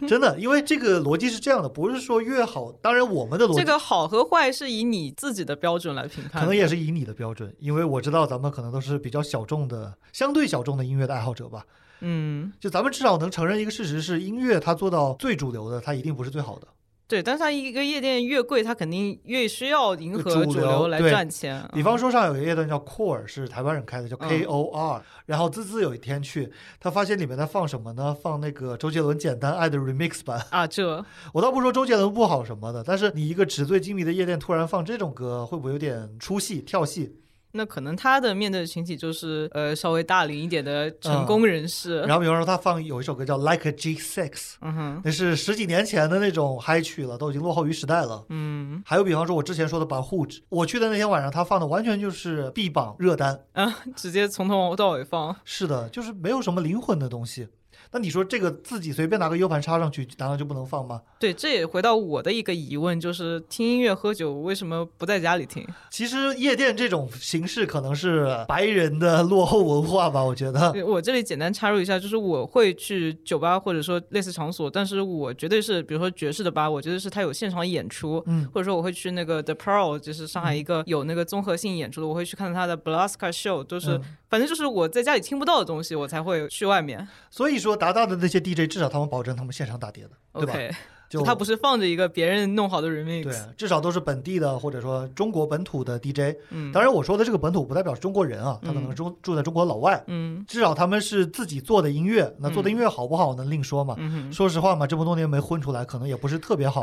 S2: 真的，因为这个逻辑是这样的，不是说越好，当然我们的逻辑
S1: 这个好和坏是以你自己的标准来评判，
S2: 可能也是以你的标准，因为我知道咱们可能都是比较小众的、相对小众的音乐的爱好者吧。
S1: 嗯，
S2: 就咱们至少能承认一个事实是，音乐它做到最主流的，它一定不是最好的。
S1: 对，但是它一个夜店越贵，它肯定越需要迎合
S2: 主
S1: 主
S2: 流
S1: 流来
S2: 对
S1: 赚钱。啊
S2: 比方说，上海有一个夜店叫 Core，是台湾人开的，叫
S1: 嗯
S2: K O R、然后滋滋有一天去，他发现里面在放什么呢？放那个周杰伦《简单爱》的 remix 版。
S1: 啊，这
S2: 我倒不说周杰伦不好什么的，但是你一个纸醉金迷的夜店突然放这种歌，会不会有点出戏、跳戏？
S1: 那可能他的面对的群体就是呃稍微大龄一点的成功人士。
S2: 嗯然后比方说他放有一首歌叫 Like a G Six，
S1: 嗯哼，
S2: 那是十几年前的那种嗨曲了，都已经落后于时代了。
S1: 嗯
S2: 还有比方说我之前说的 b a h u j 我去的那天晚上，他放的完全就是 B 榜热单。
S1: 啊，直接从头到尾放。
S2: 是的，就是没有什么灵魂的东西。那你说这个自己随便拿个 U 盘插上去，难道就不能放吗？
S1: 对，这也回到我的一个疑问，就是听音乐喝酒为什么不在家里听？
S2: 其实夜店这种形式可能是白人的落后文化吧，我觉 得。
S1: 对我这里简单插入一下，就是我会去酒吧或者说类似场所，但是我绝对是，比如说爵士的吧，我绝对是它有现场演出，
S2: 嗯
S1: 或者说我会去那个 The Pearl，就是上海一个有那个综合性演出的，我会去看它的 Blaska Show，都是、
S2: 嗯
S1: 反正就是我在家里听不到的东西，我才会去外面。
S2: 所以说达达的那些 DJ 至少他们保证他们现场打碟的，对吧
S1: OK，
S2: 就
S1: 他不是放着一个别人弄好的
S2: 对
S1: remix，，
S2: 至少都是本地的或者说中国本土的 DJ。
S1: 嗯
S2: 当然我说的这个本土不代表是中国人啊，他可能
S1: 嗯
S2: 中住在中国老外，
S1: 嗯
S2: 至少他们是自己做的音乐。那做的音乐好不好呢？另说嘛。
S1: 嗯哼
S2: 说实话嘛，这么多年没混出来，可能也不是特别好。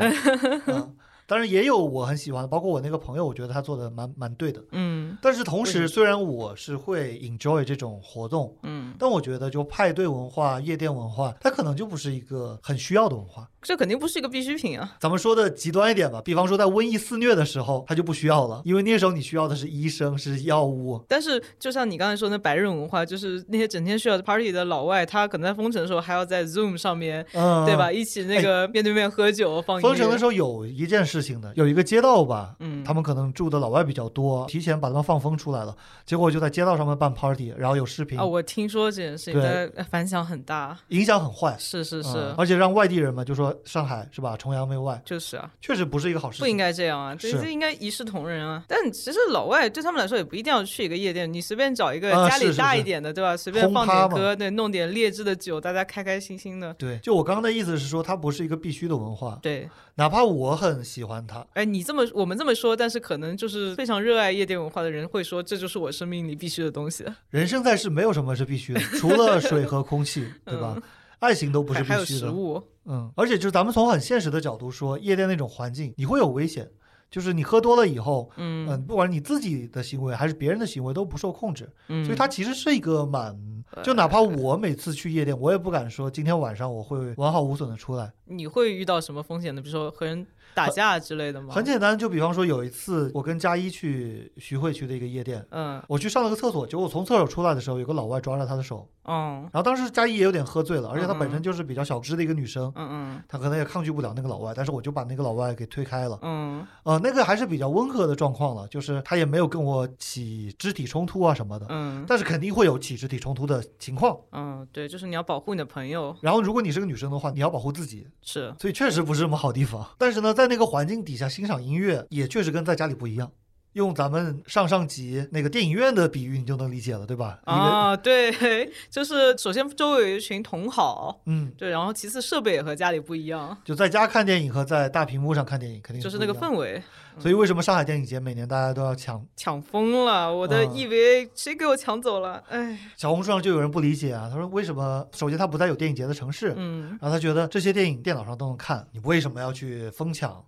S2: 嗯当然也有我很喜欢的，包括我那个朋友，我觉得他做的蛮蛮对的。
S1: 嗯
S2: 但是同
S1: 为
S2: 时，虽然我是会 enjoy 这种活动，
S1: 嗯，
S2: 但我觉得就派对文化、夜店文化，它可能就不是一个很需要的文化。
S1: 这肯定不是一个必需品啊。
S2: 咱们说的极端一点吧，比方说在瘟疫肆虐的时候，它就不需要了，因为那时候你需要的是医生、是药物。
S1: 但是，就像你刚才说的白人文化，就是那些整天需要 party 的老外，他可能在封城的时候还要在 Zoom 上面，
S2: 嗯，
S1: 对吧？？一起那个面对面喝酒、放音乐。
S2: 封城的时候有一件事情的，有一个街道吧，
S1: 嗯
S2: 他们可能住的老外比较多，提前把他们放风出来了，结果就在街道上面办 party，然后有视频，
S1: 啊，我听说这件事情，
S2: 对
S1: 但反响很大。
S2: 影响很坏。
S1: 是是是，
S2: 嗯而且让外地人嘛，就说上海是吧，崇洋媚外，
S1: 就是啊，
S2: 确实不是一个好事
S1: 不应
S2: 情。
S1: 该这样啊，这
S2: 是
S1: 这应该一视同仁啊。但其实老外对他们来说也不一定要去一个夜店，你随便找一个
S2: 啊
S1: 家
S2: 是
S1: 里
S2: 是
S1: 大
S2: 是
S1: 一点的，对吧？随便
S2: 轰
S1: 放
S2: 趴
S1: 点
S2: 嘛
S1: 歌，对，弄点劣质的酒，大家开开心心的。
S2: 对，就我刚刚的意思是说，它不是一个必须的文化，
S1: 对，
S2: 哪怕我很喜欢它，
S1: 哎，你这么我们这么说，但是可能就是非常热爱夜店文化的人会说，这就是我生命里必须的东西，
S2: 人生在世没有什么是必须的，除了水和空 气，对吧？爱情都不是
S1: 嗯还还有
S2: 必须
S1: 食
S2: 的。
S1: 物。
S2: 嗯，而且就是咱们从很现实的角度说，夜店那种环境，你会有危险，就是你喝多了以后，
S1: 嗯
S2: 嗯，不管你自己的行为还是别人的行为都不受控制，
S1: 嗯，呃
S2: 所以它其实是一个蛮，就哪怕我每次去夜店，我也不敢说今天晚上我会完好无损的出来。
S1: 你会遇到什么风险呢？比如说和人打架之类的吗？
S2: 很简单，就比方说有一次我跟佳一去徐汇区的一个夜店。
S1: 嗯
S2: 我去上了个厕所，结果从厕所出来的时候，有个老外抓着她的手，
S1: 嗯
S2: 然后当时佳一也有点喝醉了，而且她本
S1: 嗯嗯
S2: 身就是比较小只的一个女生，
S1: 嗯
S2: 她可能也抗拒不了那个老外，但是我就把那个老外给推开了
S1: 嗯。嗯
S2: 呃，那个还是比较温和的状况了，就是他也没有跟我起肢体冲突啊什么的，
S1: 嗯
S2: 但是肯定会有起肢体冲突的情况。
S1: 嗯，对，就是你要保护你的朋友，
S2: 然后，如果你是个女生的话，你要保护自己，
S1: 是
S2: 所以确实不是什么好地方。但是呢，在那个环境底下欣赏音乐，也确实跟在家里不一样。用咱们上上集那个电影院的比喻，你就能理解了，对吧？一个，
S1: 啊，对， 就是首先周围有一群同好，
S2: 嗯，
S1: 对，然后其次设备也和家里不一样，
S2: 就在家看电影和在大屏幕上看电影肯定
S1: 就是
S2: 不
S1: 那个
S2: 一样
S1: 氛嗯围
S2: 所以为什么上海电影节每年大家都要抢？
S1: 抢疯了，我的
S2: 嗯
S1: EVA 谁给我抢走了？ 哎，
S2: 小红书上就有人不理解啊，他说为什么？首先，他不在有电影节的城市，
S1: 嗯，
S2: 然后他觉得这些电影电脑上都能看，你为什么要去疯抢？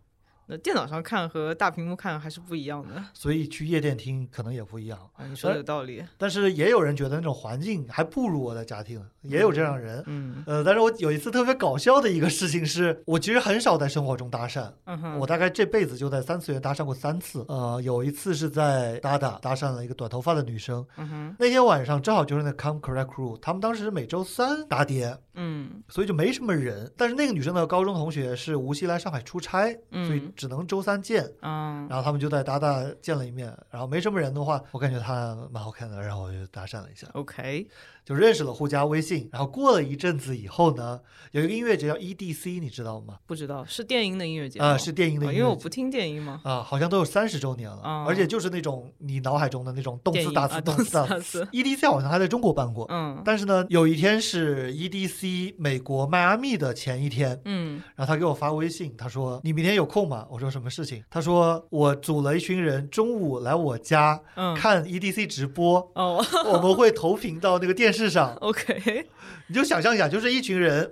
S1: 那电脑上看和大屏幕看还是不一样的
S2: 所以去夜店听可能也不一样。
S1: 啊，你说的有道理，
S2: 但是也有人觉得那种环境还不如我的家庭，也有这样人。
S1: 嗯
S2: 呃，但是我有一次特别搞笑的一个事情是，我其实很少在生活中搭讪，
S1: 嗯哼，
S2: 我大概这辈子就在三次元搭讪过三次。呃，有一次是在搭搭搭讪了一个短头发的女生，
S1: 嗯哼，
S2: 那天晚上正好就是那 Come Correct Crew，他们当时是每周三打碟，
S1: 嗯
S2: 所以就没什么人。但是那个女生的高中同学是无锡来上海出差，
S1: 嗯
S2: 所以只能周三见。
S1: 嗯
S2: 然后他们就在达达见了一面，然后没什么人的话，我感觉她蛮好看的，然后我就搭讪了一下，
S1: ，OK，
S2: 就认识了，互加微信。然后过了一阵子以后呢，有一个音乐节叫 EDC，你知道吗？
S1: 不知道是电音的音乐节
S2: 啊、
S1: 吗
S2: 是电音
S1: 啊
S2: 的音乐节，
S1: 因为我不听电音嘛，
S2: 啊，好像都有三十周年了，
S1: 啊
S2: 而且就是那种你脑海中的那种动
S1: 电
S2: 次
S1: 音
S2: 打
S1: 啊
S2: 次，
S1: 动
S2: 次打
S1: 次打次
S2: EDC 好像还在中国办过，
S1: 嗯
S2: 但是呢，有一天是 EDC 美国迈阿密的前一天，
S1: 嗯
S2: 然后他给我发微信，他说：“你明天有空吗？”我说：“什么事情？”他说：“我组了一群人，中午来我家、
S1: 嗯，，
S2: 看 EDC 直播
S1: 哦
S2: 我们会投屏到那个电视上。
S1: ，OK，”
S2: 你就想象一下，就是一群人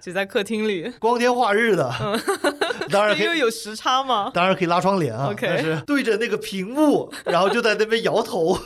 S1: 就在客厅里，
S2: 光天化日的， 当然 可
S1: 因为
S2: 以，
S1: 有时差 嘛，
S2: 当然可以拉窗帘啊
S1: 嗯 OK
S2: 但是对着那个屏幕，然后就在那边摇头，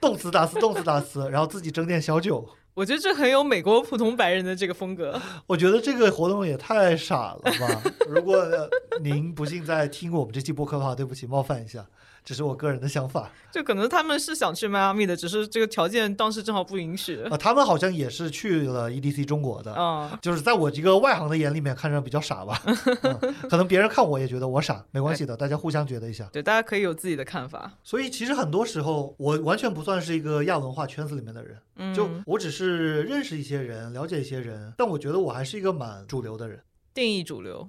S2: 动词打词，动词打词，然后自己蒸点小酒。
S1: 我觉得这很有美国普通白人的这个风格。
S2: 我觉得这个活动也太傻了吧！ 如果呃您不幸在听我们这期播客的话，对不起，冒犯一下，这是我个人的想法
S1: 就可能他们是想去迈阿密的，只是这个条件当时正好不允许。
S2: 啊。他们好像也是去了 EDC 中国的，
S1: 啊，
S2: 就是在我这个外行的眼里面看着比较傻吧，嗯可能别人看我也觉得我傻，没关系的，大家互相觉得一下。
S1: 对，大家可以有自己的看法。
S2: 所以其实很多时候，我完全不算是一个亚文化圈子里面的人，
S1: 嗯，
S2: 就我只是认识一些人，了解一些人，但我觉得我还是一个蛮主流的人。
S1: 定义主流。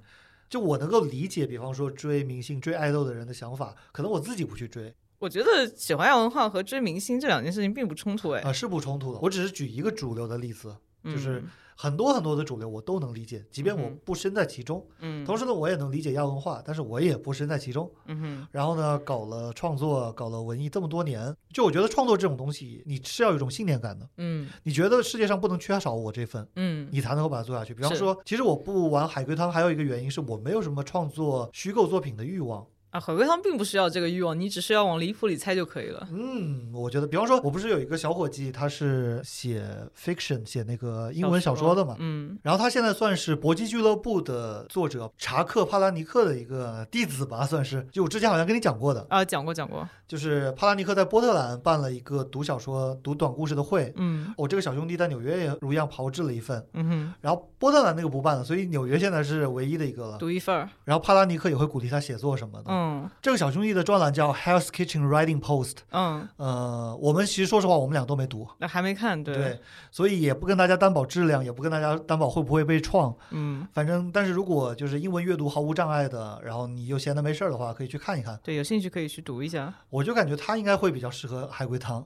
S2: 就我能够理解，比方说追明星、追爱豆的人的想法，可能我自己不去追
S1: 我觉得喜欢亚文化和追明星这两件事情并不冲突，
S2: 啊、
S1: 哎，
S2: 是不冲突的。我只是举一个主流的例子，就是
S1: 嗯
S2: 很多很多的主流我都能理解，即便我不身在其中。
S1: 嗯
S2: 同时呢，我也能理解亚文化，但是我也不身在其中。
S1: 嗯哼，
S2: 然后呢，搞了创作，搞了文艺这么多年，就我觉得创作这种东西，你是要有一种信念感的。
S1: 嗯
S2: 你觉得世界上不能缺少我这份，
S1: 嗯
S2: 你才能够把它做下去。比方
S1: 是
S2: 说，其实我不玩海龟汤，还有一个原因是我没有什么创作虚构作品的欲望。
S1: 啊，海龟汤并不需要这个欲望，你只是要往离谱里猜就可以了。
S2: 嗯，我觉得，比方说，我不是有一个小伙计，他是写 fiction，写那个英文小说的嘛。
S1: 嗯
S2: 然后他现在算是搏击俱乐部的作者查克·帕拉尼克的一个弟子吧，算是。就我之前好像跟你讲过的，
S1: 啊，讲过讲过，
S2: 就是帕拉尼克在波特兰办了一个读小说、读短故事的会。哦
S1: 嗯
S2: 我、这个小兄弟在纽约也如样炮制了一份，
S1: 嗯哼，
S2: 然后波特兰那个不办了，所以纽约现在是唯一的一个了。
S1: 独一份儿，
S2: 然后帕拉尼克也会鼓励他写作什么的。
S1: 嗯
S2: 这个小兄弟的专栏叫《Hell's Kitchen Writing Post》，
S1: 嗯，
S2: 呃，我们其实说实话，我们俩都没读，
S1: 那还没看，对，
S2: 对，所以也不跟大家担保质量，也不跟大家担保会不会被创，
S1: 嗯。
S2: 反正，但是如果就是英文阅读毫无障碍的，然后你又闲的没事儿的话，可以去看一看。
S1: 对，有兴趣可以去读一 下，
S2: 我就感觉他应该会比较适合海龟汤，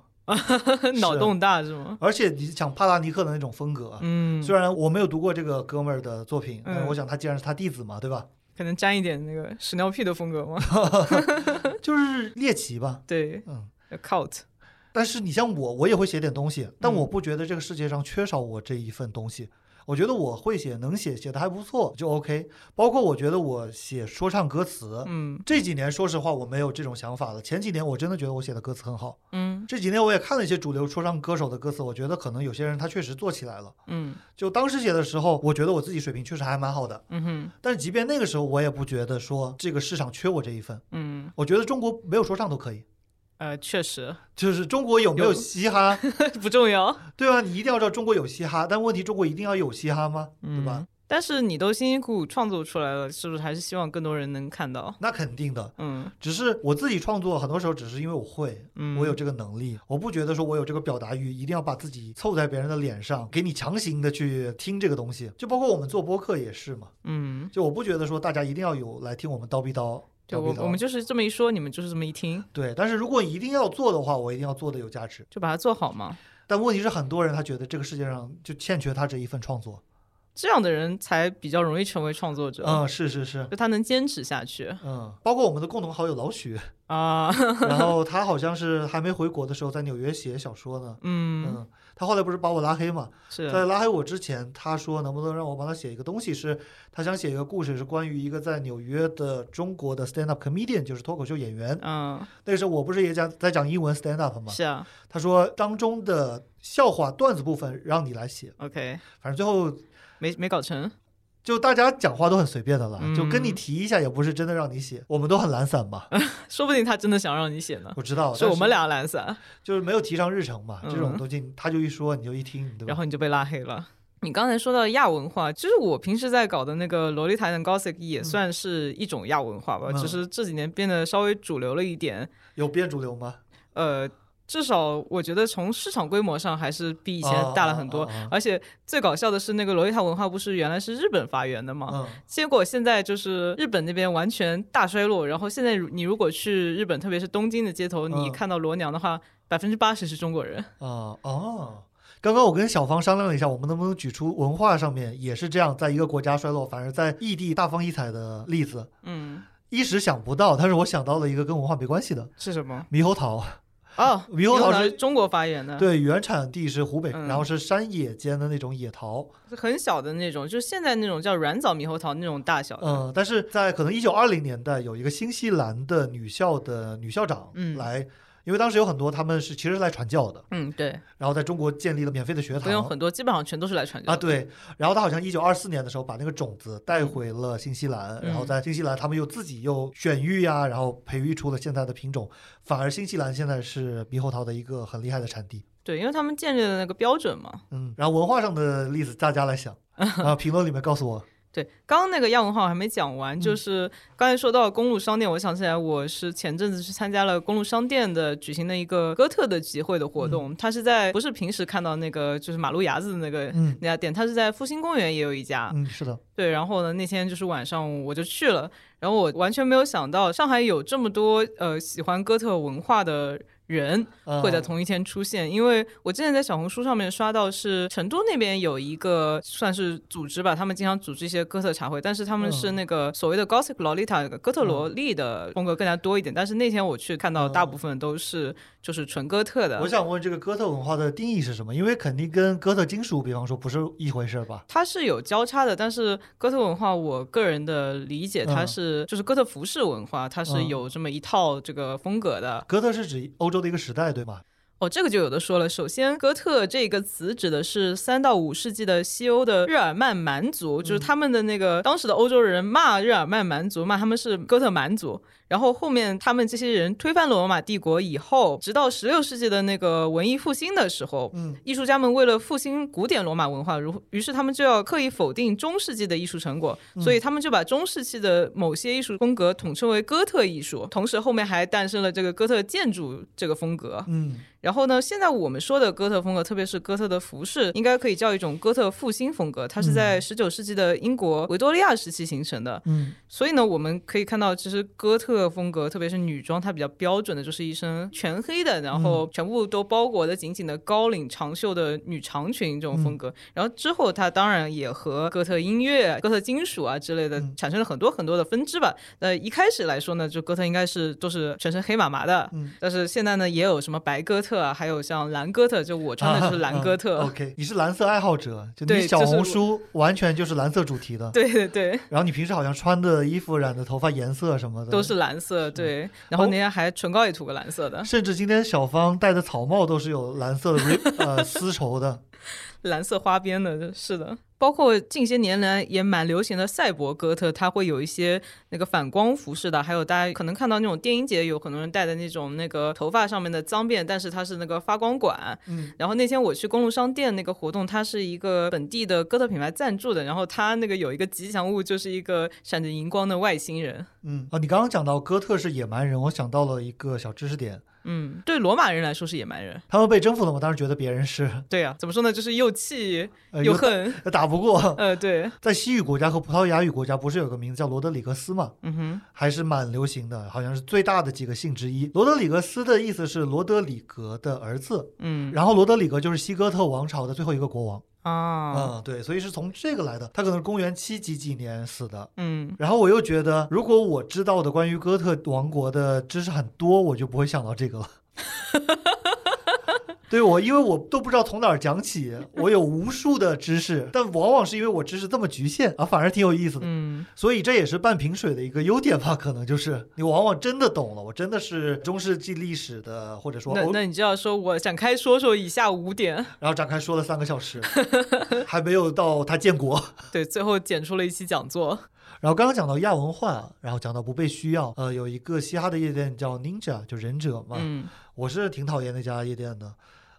S1: 脑洞大是吗？
S2: 而且你想帕拉尼克的那种风格啊，
S1: 嗯，
S2: 虽然我没有读过这个哥们儿的作品，但是
S1: 嗯
S2: 我想他既然是他弟子嘛，对吧？
S1: 可能沾一点那个屎尿屁的风格吗？
S2: 就是猎奇吧，
S1: 对
S2: 嗯。
S1: ，cult，
S2: 但是你像我，我也会写点东西，但
S1: 嗯
S2: 我不觉得这个世界上缺少我这一份东西。我觉得我会写，能写，写的还不错，就 OK。包括我觉得我写说唱歌词，
S1: 嗯
S2: 这几年说实话我没有这种想法了。前几年我真的觉得我写的歌词很好，
S1: 嗯
S2: 这几年我也看了一些主流说唱歌手的歌词，我觉得可能有些人他确实做起来了。
S1: 嗯
S2: 就当时写的时候，我觉得我自己水平确实还蛮好的，
S1: 嗯哼
S2: 但是即便那个时候，我也不觉得说这个市场缺我这一份。
S1: 嗯，
S2: 我觉得中国没有说唱都可以，
S1: 呃，确实
S2: 就是中国有没有
S1: 有
S2: 嘻哈，
S1: 不重要，
S2: 对吧？你一定要知道中国有嘻哈，但问题中国一定要有嘻哈吗？对吧？
S1: 嗯？但是你都辛辛苦苦创作出来了，是不是还是希望更多人能看到？
S2: 那肯定的。
S1: 嗯
S2: 只是我自己创作，很多时候只是因为我会，
S1: 嗯，
S2: 我有这个能力，我不觉得说我有这个表达欲，一定要把自己凑在别人的脸上，给你强行的去听这个东西。就包括我们做播客也是嘛，
S1: 嗯，
S2: 就我不觉得说大家一定要有来听我们叨逼叨。
S1: 对
S2: 叨逼
S1: 我
S2: 叨
S1: 我们就是这么一说，你们就是这么一听，
S2: 对，但是如果一定要做的话，我一定要做的有价值。
S1: 就把它做好嘛。
S2: 但问题是，很多人他觉得这个世界上就欠缺他这一份创作。
S1: 这样的人才比较容易成为创作者，
S2: 嗯，是是是，
S1: 就他能坚持下去
S2: 嗯，包括我们的共同好友老许，
S1: 啊。
S2: 然后他好像是还没回国的时候在纽约写小说呢。
S1: 嗯，
S2: 嗯，他后来不是把我拉黑嘛？
S1: 是，
S2: 在拉黑我之前，他说能不能让我帮他写一个东西，是他想写一个故事，是关于一个在纽约的中国的 stand up comedian，就是脱口秀演员。
S1: 嗯，
S2: 那个时候我不是也讲在讲英文 stand up 嘛？
S1: 是啊
S2: 他说当中的笑话段子部分让你来写，
S1: ，OK，
S2: 反正最后
S1: 没没搞成，
S2: 就大家讲话都很随便的了，
S1: 嗯
S2: 就跟你提一下也不是真的让你写，我们都很懒散 嘛。
S1: 说不定他真的想让你写呢，
S2: 我知道，
S1: 是我们俩懒散，
S2: 就是没有提上日程嘛，这种
S1: 嗯
S2: 东西他就一说你就一听，对吧？
S1: 然后你就被拉黑了。你刚才说到亚文化，就是我平时在搞的那个《萝莉塔跟 Gothic》也算是一种亚文化吧，
S2: 嗯
S1: 只是这几年变得稍微主流了一点。
S2: 有变主流吗？
S1: 呃，至少我觉得从市场规模上还是比以前大了很多。
S2: 啊啊啊啊
S1: 而且最搞笑的是，那个《萝莉塔文化》不是原来是日本发源的吗？
S2: 嗯，
S1: 结果现在就是日本那边完全大衰落，然后现在如你如果去日本，特别是东京的街头，你
S2: 嗯
S1: 看到罗娘的话，百分之八十是中国人。
S2: 啊哦，刚刚我跟小芳商量了一下，我们能不能举出文化上面也是这样，在一个国家衰落，反而在异地大放异彩的例子。
S1: 嗯，
S2: 一时想不到，但是我想到了一个跟文化没关系的
S1: 是什么？
S2: 猕猴桃。
S1: 哦，
S2: 猕猴桃
S1: 是
S2: 是
S1: 中国发源的，
S2: 对，原产地是湖北，
S1: 嗯
S2: 然后是山野间的那种野桃。
S1: 很小的那种，就是现在那种叫软枣猕猴桃那种大小的。
S2: 嗯，但是在可能一九二零年代，有一个新西兰的女校的女校长
S1: 嗯
S2: 来，因为当时有很多他们是其实是来传教的，
S1: 嗯，对，
S2: 然后在中国建立了免费的学
S1: 不用
S2: 堂。
S1: 很多，基本上全都是来传教
S2: 啊，
S1: 的。
S2: 对，然后他好像一九二四年的时候把那个种子带回了新西兰，然后在新西兰他们又自己又选育呀、然后培育出了现在的品种，反而新西兰现在是猕猴桃的一个很厉害的产地。
S1: 对，因为他们建立了那个标准嘛。
S2: 嗯，然后文化上的例子大家来想，然后评论里面告诉我，
S1: 对，刚刚那个亚文化我还没讲完，就是刚才说到公路商店，我想起来我是前阵子去参加了公路商店的举行的一个哥特的集会的活动，它是在不是平时看到那个就是马路牙子的那个
S2: 嗯
S1: 那家店，它是在复兴公园也有一家，
S2: 嗯，是的，
S1: 对，然后呢，那天就是晚上我就去了，然后我完全没有想到上海有这么多呃喜欢哥特文化的人会在同一天出现。因为我之前在小红书上面刷到，是成都那边有一个算是组织吧，他们经常组织一些哥特茶会，但是他们是那个所谓的 Gothic Lolita 哥特萝莉的风格更加多一点。但是那天我去看到，大部分都是就是纯哥特的。
S2: 我想问这个哥特文化的定义是什么？因为肯定跟哥特金属，比方说不是一回事儿吧？
S1: 它是有交叉的，但是哥特文化，我个人的理解，它是、就是哥特服饰文化，它是
S2: 嗯
S1: 有这么一套这个风格的。
S2: 哥特是指欧洲的一个时代，对吗？
S1: 哦，这个就有的说了。首先，哥特这个词指的是三到五世纪的西欧的日耳曼蛮族，就是他们的那个当时的欧洲人骂日耳曼蛮族，骂他们是哥特蛮族。然后后面他们这些人推翻了罗马帝国以后，直到十六世纪的那个文艺复兴的时候，
S2: 嗯，
S1: 艺术家们为了复兴古典罗马文化，如于是他们就要刻意否定中世纪的艺术成果，所以他们就把中世纪的某些艺术风格统称为哥特艺术。同时，后面还诞生了这个哥特建筑这个风格。
S2: 嗯，
S1: 然后呢，现在我们说的哥特风格，特别是哥特的服饰，应该可以叫一种哥特复兴风格。它是在十九世纪的英国维多利亚时期形成的。
S2: 嗯，
S1: 所以呢，我们可以看到，其实哥特风格，特别是女装，它比较标准的就是一身全黑的，然
S2: 嗯
S1: 后全部都包裹的紧紧的高领长袖的女长裙这种
S2: 嗯
S1: 风格。然后之后，它当然也和哥特音乐、哥特金属啊之类的
S2: 嗯
S1: 产生了很多很多的分支吧。呃，一开始来说呢，就哥特应该是都是全身黑麻麻的，
S2: 嗯
S1: 但是现在呢，也有什么白哥特啊，还有像蓝哥特，就我穿的就是蓝哥特。
S2: 啊 OK，你是蓝色爱好者，就你
S1: 对
S2: 小
S1: 就是
S2: 红
S1: 我
S2: 书完全就是蓝色主题的。
S1: 对对对，
S2: 然后你平时好像穿的衣服、染的头发颜色什么的
S1: 都是啊蓝色，对。然后那天还唇膏也涂个蓝色的，
S2: 甚至今天小芳戴的草帽都是有蓝色的 rib- 呃丝绸的，
S1: 蓝色花边的，是的。包括近些年来也蛮流行的赛博哥特，它会有一些那个反光服饰的，还有大家可能看到那种电音节有很多人戴的那种那个头发上面的脏辫，但是它是那个发光管。
S2: 嗯，
S1: 然后那天我去公路商店那个活动，它是一个本地的哥特品牌赞助的，然后它那个有一个吉祥物就是一个闪着荧光的外星人。
S2: 嗯啊，你刚刚讲到哥特是野蛮人，我想到了一个小知识点，
S1: 嗯，对罗马人来说是野蛮人。
S2: 他们被征服了吗？当然觉得别人是
S1: 对啊，怎么说呢？就是又气
S2: 呃
S1: 又
S2: 又
S1: 恨。
S2: 打打不过，
S1: 呃，对，
S2: 在西语国家和葡萄牙语国家不是有个名字叫罗德里格斯嘛，
S1: 嗯哼，
S2: 还是蛮流行的，好像是最大的几个姓之一。罗德里格斯的意思是罗德里格的儿子，
S1: 嗯
S2: 然后罗德里格就是西哥特王朝的最后一个国王，
S1: 啊，
S2: 嗯，对，所以是从这个来的。他可能是公元七几几年死的，
S1: 嗯
S2: 然后我又觉得，如果我知道的关于哥特王国的知识很多，我就不会想到 这个了。对我，因为我都不知道从哪儿讲起，我有无数的知识，但往往是因为我知识这么局限啊，反而挺有意思的。
S1: 嗯
S2: 所以这也是半瓶水的一个优点吧，可能就是你往往真的懂了，我真的是中世纪历史的，或者说
S1: 那
S2: 欧，
S1: 那你就要说我展开说说以下五点，
S2: 然后展开说了三个小时， 还没有到他建国。
S1: 对，最后剪出了一期讲座。
S2: 然后刚刚讲到亚文化，然后讲到不被需要，呃，有一个嘻哈的夜店叫 Ninja，就忍者嘛，
S1: 嗯
S2: 我是挺讨厌那家夜店的。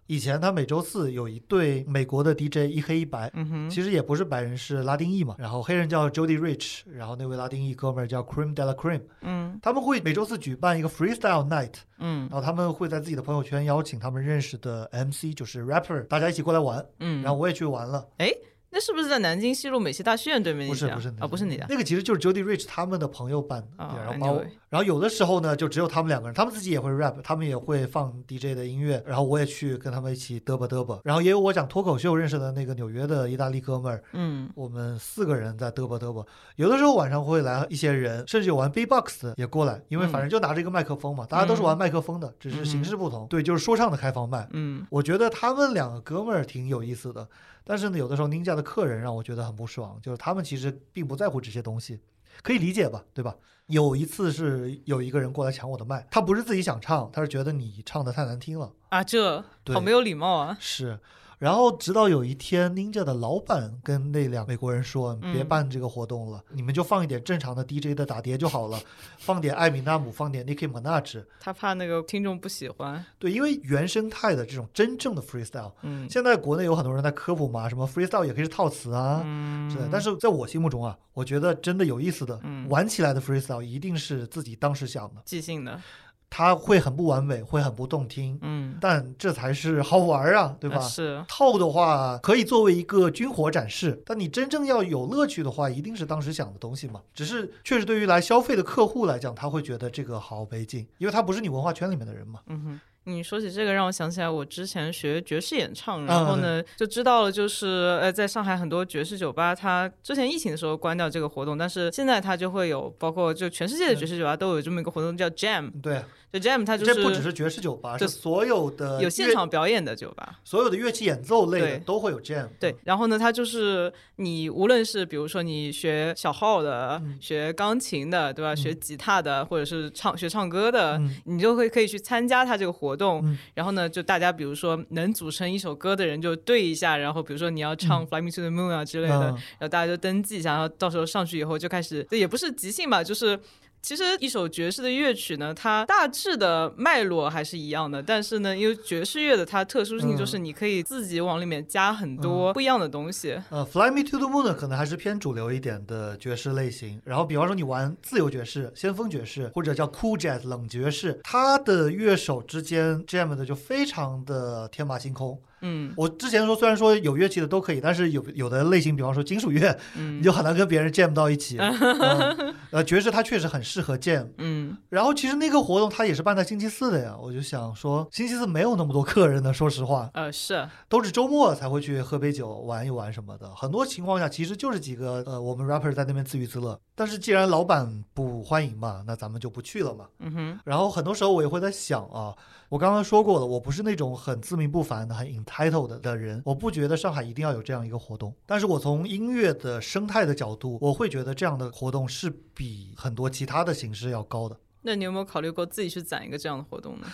S2: 以前他每周四有一对美国的 DJ，一黑一白，
S1: 嗯哼，
S2: 其实也不是白人，是拉丁裔嘛。然后黑人叫 Jody Rich，然后那位拉丁裔哥们儿叫 Cream de la Cream。
S1: 嗯
S2: 他们会每周四举办一个 Freestyle Night，
S1: 嗯
S2: 然后他们会在自己的朋友圈邀请他们认识的 MC，就是 rapper，大家一起过来玩。
S1: 嗯，
S2: 然后我也去玩了，
S1: 哎，那是不是在南京西路美琪大剧院对面
S2: 不
S1: 那
S2: 是
S1: 家？
S2: 不是
S1: 啊，不是你的
S2: 那个其实就是 Jody Rich 他们的朋友办的，
S1: 啊
S2: 然后把我
S1: anyway，
S2: 然后有的时候呢，就只有他们两个人，他们自己也会 rap，他们也会放 DJ 的音乐，然后我也去跟他们一起嘚吧嘚吧，然后也有我讲脱口秀认识的那个纽约的意大利哥们儿，
S1: 嗯
S2: 我们四个人在嘚吧嘚吧，有的时候晚上会来一些人，甚至有玩 B-box 的也过来，因为
S1: 嗯
S2: 反正就拿着一个麦克风嘛，大家都是玩麦克风的，只是形式不同，对，就是说唱的开放麦。
S1: 嗯
S2: 我觉得他们两个哥们儿挺有意思的，但是呢，有的时候 Ninja 的客人让我觉得很不爽，就是他们其实并不在乎这些东西，可以理解吧，对吧？有一次是有一个人过来抢我的麦，他不是自己想唱，他是觉得你唱的太难听了，
S1: 啊，这
S2: 对
S1: 好没有礼貌啊。
S2: 是。然后直到有一天，Ninja 的老板跟那两美国人说：“
S1: 嗯
S2: 别办这个活动了，你们就放一点正常的 DJ 的打碟就好了，放点艾米纳姆，放点 Nicki Minaj。
S1: 他怕那个听众不喜欢，”
S2: 对，因为原生态的这种真正的 freestyle，
S1: 嗯
S2: 现在国内有很多人在科普嘛，什么 freestyle 也可以是套词啊，
S1: 嗯
S2: 是的。但是在我心目中啊，我觉得真的有意思的、
S1: 嗯
S2: 玩起来的 freestyle 一定是自己当时想的，
S1: 即兴的，
S2: 它会很不完美，会很不动听，
S1: 嗯，
S2: 但这才是好玩儿啊，对吧？
S1: 啊是，
S2: 套的话可以作为一个军火展示，但你真正要有乐趣的话，一定是当时想的东西嘛。只是确实对于来消费的客户来讲，他会觉得这个好没劲，因为他不是你文化圈里面的人嘛。
S1: 嗯哼，你说起这个，让我想起来我之前学爵士演唱，
S2: 嗯
S1: 然后呢就知道了，就是呃，在上海很多爵士酒吧，它之前疫情的时候关掉这个活动，但是现在它就会有，包括就全世界的爵士酒吧都有这么一个活动叫 Jam，
S2: 对，
S1: 就 Jam 嗯它就
S2: 嗯这不只
S1: 是
S2: 是爵士酒吧，
S1: 就是
S2: 所有的
S1: 有现
S2: 乐
S1: 场表演的酒吧。
S2: 所有的乐器演奏类的
S1: 对
S2: 都会有 jam，
S1: 对，然后呢，它就是你无论是比如说你学小号的、
S2: 嗯
S1: 学钢琴的，对吧？学吉他的，或者是唱学唱歌的，
S2: 嗯
S1: 你就会可以去参加它这个活动。
S2: 嗯
S1: 然后呢，就大家比如说能组成一首歌的人就对一下，然后比如说你要唱《Fly Me to the Moon》啊之类的，
S2: 嗯
S1: 然后大家就登记一下，然后到时候上去以后就开始，这也不是即兴吧，就是。其实一首爵士的乐曲呢，它大致的脉络还是一样的，但是呢，因为爵士乐的它特殊
S2: 嗯
S1: 性就是你可以自己往里面加很多不一样的东西。
S2: 呃，Fly Me to the Moon 呢可能还是偏主流一点的爵士类型。然后，比方说你玩自由爵士、先锋爵士，或者叫 Cool Jazz 冷爵士，它的乐手之间 jam 的就非常的天马行空。
S1: 嗯
S2: 我之前说，虽然说有乐器的都可以，但是有有的类型，比方说金属乐，你
S1: 嗯
S2: 就很难跟别人 jam 到一 起。嗯呃，爵士它确实很适合 jam，
S1: 嗯，
S2: 然后其实那个活动它也是办在星期四的呀，我就想说星期四没有那么多客人的，说实话，
S1: 呃，是，
S2: 都是周末才会去喝杯酒玩一玩什么的。很多情况下其实就是几个呃我们 rapper 在那边自娱自乐。但是既然老板不欢迎嘛，那咱们就不去了嘛。
S1: 嗯哼，
S2: 然后很多时候我也会在想啊，我刚刚说过了，我不是那种很自命不凡的、很 entitled 的人，我不觉得上海一定要有这样一个活动。但是我从音乐的生态的角度，我会觉得这样的活动是比很多其他的形式要高的。
S1: 那你有没有考虑过自己去攒一个这样的活动呢？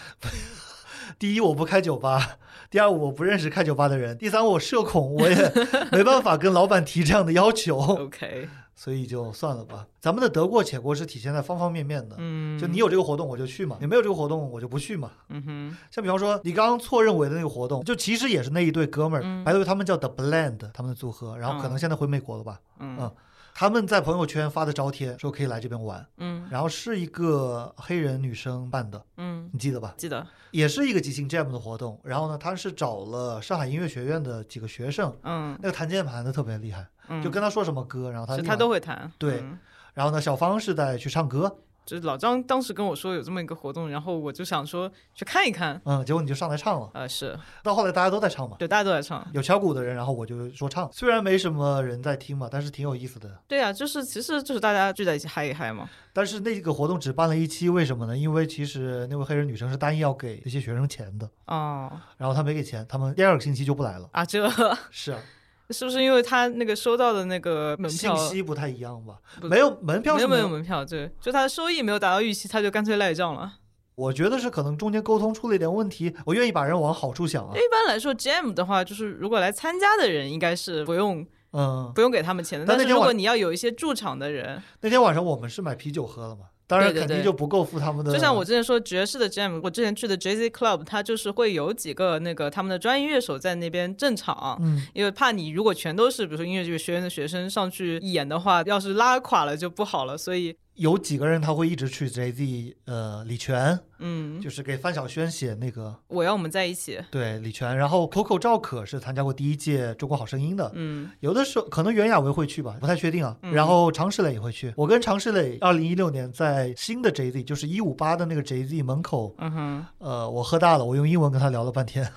S2: 第一，我不开酒吧； 第二，我不认识开酒吧的人；第三，我社恐，我也没办法跟老板提这样的 要
S1: 嗯
S2: 求，
S1: OK，
S2: 所以就算了吧。咱们的得过且过是体现在方方面面的，
S1: 嗯，
S2: 就你，有这个活动我就去嘛，你没有这个活动我就不去嘛。
S1: 嗯哼，
S2: 像比方说你刚刚错认为的那个活动，就其实也是那一对哥们儿，
S1: 嗯
S2: 白队他们叫 The Blend，他们的组合，然后可能
S1: 嗯
S2: 现在回美国了吧。
S1: 嗯
S2: 嗯他们在朋友圈发的招贴说可以来这边玩，
S1: 嗯
S2: 然后是一个黑人女生办的，
S1: 嗯，
S2: 你记得吧？
S1: 记得，
S2: 也是一个即兴 jam 的活动。然后呢，他是找了上海音乐学院的几个学生，
S1: 嗯
S2: 那个弹键盘的特别厉害，
S1: 嗯，
S2: 就跟他说什么歌，然后他
S1: 是
S2: 立
S1: 他
S2: 马
S1: 都会弹，
S2: 对
S1: 嗯
S2: 然后呢，小芳是在去唱歌，
S1: 就是老张当时跟我说有这么一个活动，然后我就想说去看一看，
S2: 嗯，结果你就上来唱了。
S1: 呃，是
S2: 到后来大家都在唱嘛，
S1: 对，大家都在唱，
S2: 有敲鼓的人，然后我就说唱，虽然没什么人在听嘛，但是挺有意思的。
S1: 对啊，就是其实就是大家聚在一起嗨一嗨嘛，
S2: 但是那个活动只办了一期，为什么呢？因为其实那位黑人女生是答应要给那些学生钱的，
S1: 哦
S2: 然后她没给钱，他们第二个星期就不来了。
S1: 啊，这
S2: 是啊，
S1: 是不是因为他那个收到的那个门
S2: 信
S1: 票
S2: 息不太一样吧？
S1: 不
S2: 没有门票
S1: 没
S2: 是
S1: 有没有门票，对，就他的收益没有达到预期，他就干脆赖账了。
S2: 我觉得是可能中间沟通出了一点问题，我愿意把人往好处想啊
S1: 因。为一般来说，jam 的话，就是如果来参加的人应该是不用
S2: 嗯，
S1: 不用给他们钱的，
S2: 但
S1: 但
S2: 那
S1: 是
S2: 天
S1: 如
S2: 晚
S1: 果你要有一些驻场的人，
S2: 那天晚上我们是买啤酒喝了嘛，当然
S1: 对对
S2: 肯定
S1: 对
S2: 就不够付他们的。
S1: 就像我之前说爵士的 jam，我之前去的 Jazz Club，它就是会有几个那个他们的专业乐手在那边镇场。
S2: 嗯，
S1: 因为怕你如果全都是比如说音乐剧学院的学生上去演的话，要是拉垮了就不好了，所以
S2: 有几个人他会一直去 JZ，呃，李泉
S1: 嗯，
S2: 就是给范晓萱写那个
S1: 我要我们在一起，
S2: 对李泉，然后 Coco 赵可是参加过第一届中国好声音的。
S1: 嗯
S2: 有的时候可能袁娅维会去吧，不太确定啊。然后常石磊也会去。我跟常石磊，二零一六年在新的 JZ，就是一五八的那个 JZ 门口
S1: 嗯哼，
S2: 呃，我喝大了，我用英文跟他聊了 半天。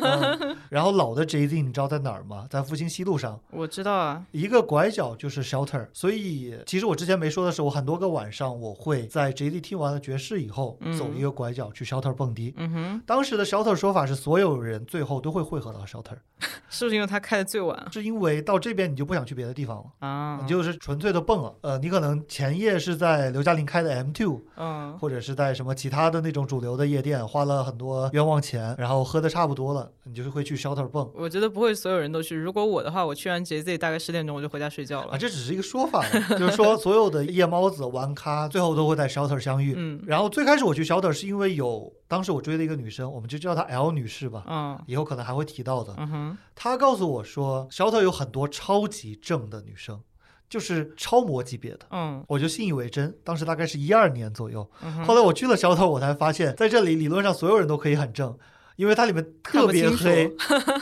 S2: 嗯然后老的 JZ 你知道在哪儿吗？在复兴西路上，
S1: 我知道啊，
S2: 一个拐角就是 shelter。所以其实我之前没说的是，我很多个晚上我会在 JZ 听完了爵士以后，
S1: 嗯
S2: 走一个拐角去 shelter 蹦迪。
S1: 嗯哼，
S2: 当时的 shelter 说法是，所有人最后都会汇合到 shelter，
S1: 是不是因为他开的最晚
S2: 是因为到这边你就不想去别的地方了。
S1: 啊？
S2: 你就是纯粹的蹦了，呃，你可能前夜是在刘嘉玲开的 M Two，
S1: 嗯
S2: 或者是在什么其他的那种主流的夜店，花了很多冤枉钱，然后喝的差不多了，你就是会去 shelter 蹦
S1: 我觉得不会所有人都去。如果我的话，我去完 JZ 大概十点钟我就回家睡觉
S2: 啊，
S1: 了。
S2: 这只是一个说法了， 就是说所有的夜猫子玩咖最后都会在 shelter 相遇。
S1: 嗯
S2: 然后最开始我去 shelter 是因为有当时我追了一个女生，我们就叫她 L 女士吧。
S1: 嗯
S2: 以后可能还会提到的。
S1: 嗯哼，
S2: 她告诉我说，shelter 有很多超级正的女生，就是超模级别的。
S1: 嗯
S2: 我就信以为真，当时大概是一二年左右。
S1: 嗯哼，
S2: 后来我去了小岛，我才发现在这里理论上所有人都可以很正，因为它里面特别黑，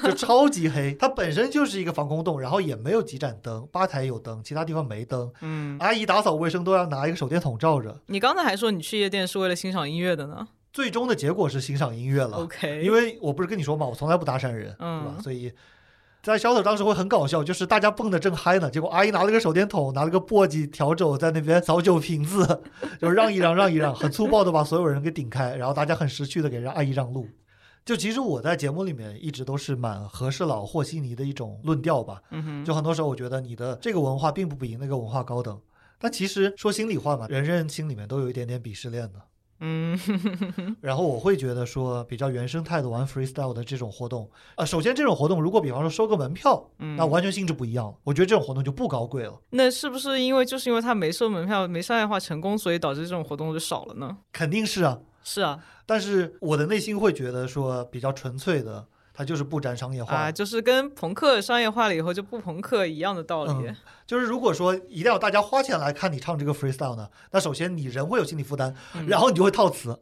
S2: 就超级黑。它本身就是一个防空洞，然后也没有几盏灯，吧台有灯，其他地方没灯。
S1: 嗯。
S2: 阿姨打扫卫生都要拿一个手电筒照着。
S1: 你刚才还说你去夜店是为了欣赏音乐的呢，
S2: 最终的结果是欣赏音乐了。
S1: OK，
S2: 因为我不是跟你说嘛，我从来不搭讪人，
S1: 嗯
S2: 对吧？所以在小丑当时会很搞笑，就是大家蹦的正嗨呢，结果阿姨拿了个手电筒，拿了个簸箕笤帚在那边扫酒瓶子， 就是让一让让一让，很粗暴的把所有人给顶开，然后大家很识趣的给让阿姨让路。就其实我在节目里面一直都是蛮和事佬和稀泥的一种论调吧，
S1: 嗯哼，
S2: 就很多时候，我觉得你的这个文化并不比那个文化高等。但其实说心里话嘛，人人心里面都有一点点鄙视链的。
S1: 嗯，
S2: 然后我会觉得说，比较原生态的玩 freestyle 的这种活动，啊、首先这种活动如果比方说收个门票，
S1: 嗯
S2: 那完全性质不一样了。我觉得这种活动就不高贵了，
S1: 那是不是因为就是因为他没收门票、没商业化成功，所以导致这种活动就少了呢？
S2: 肯定是啊。
S1: 是啊，
S2: 但是我的内心会觉得说，比较纯粹的，它就是不沾商业化的。
S1: 啊，就是跟朋克商业化了以后就不朋克一样的道理。
S2: 嗯就是如果说一定要大家花钱来看你唱这个 freestyle 呢，那首先你人会有心理负担，
S1: 嗯
S2: 然后你就会 套词，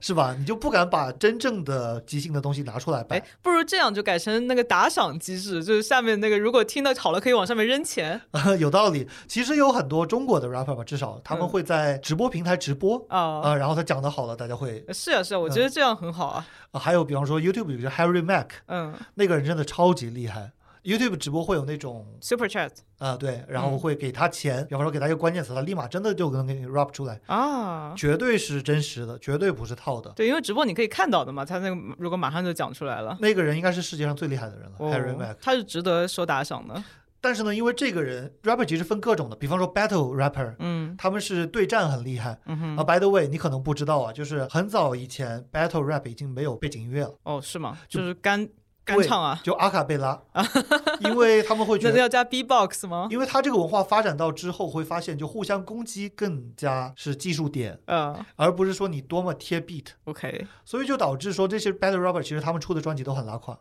S2: 是吧？你就不敢把真正的即兴的东西拿出来
S1: 哎
S2: 摆。，
S1: 不如这样，就改成那个打赏机制，就是下面那个如果听到好了可以往上面扔钱
S2: 有道理。其实有很多中国的 rapper 吧，至少他们
S1: 哎嗯
S2: 会在直播平台直播。
S1: 啊。
S2: 啊，然后他讲的好了，大家会、
S1: 是啊，是啊，我
S2: 嗯
S1: 觉得这样很好啊。
S2: 啊还有，比方说 YouTube 有个 Harry Mack，
S1: 嗯
S2: 那个人真的超级厉害。YouTube 直播会有那种
S1: ，Super Chat
S2: 啊、对，
S1: 嗯
S2: 然后会给他钱，比方说给他一个关键词，他立马真的就能给你 rap 出来，
S1: 啊，
S2: 绝对是真实的，绝对不是套的。
S1: 对，因为直播你可以看到的嘛，他那个如果马上就讲出来了，
S2: 那个人应该是世界上最厉害的人了、h a r r y
S1: 哦
S2: Mack。，
S1: 他是值得收打赏的。
S2: 但是呢，因为这个人 rapper 其实分各种的，比方说 battle rapper，
S1: 嗯
S2: 他们是对战很厉害。
S1: 嗯
S2: 啊
S1: 哼，
S2: ，by the way，你可能不知道啊，就是很早以前 battle rap 已经没有背景音乐了，
S1: 哦，是吗？
S2: 就
S1: 就是干干唱啊，
S2: 就阿卡 贝拉，因为他们会觉
S1: 那
S2: 得。
S1: 要加 B-box 吗？
S2: 因为他这个文化发展到之后，会发现就互相攻击更加是技术点，
S1: 呃
S2: 而不是说你多么贴 beat，
S1: ，OK，
S2: 所以就导致说这些 battle rapper 其实他们出的专辑都很 拉胯，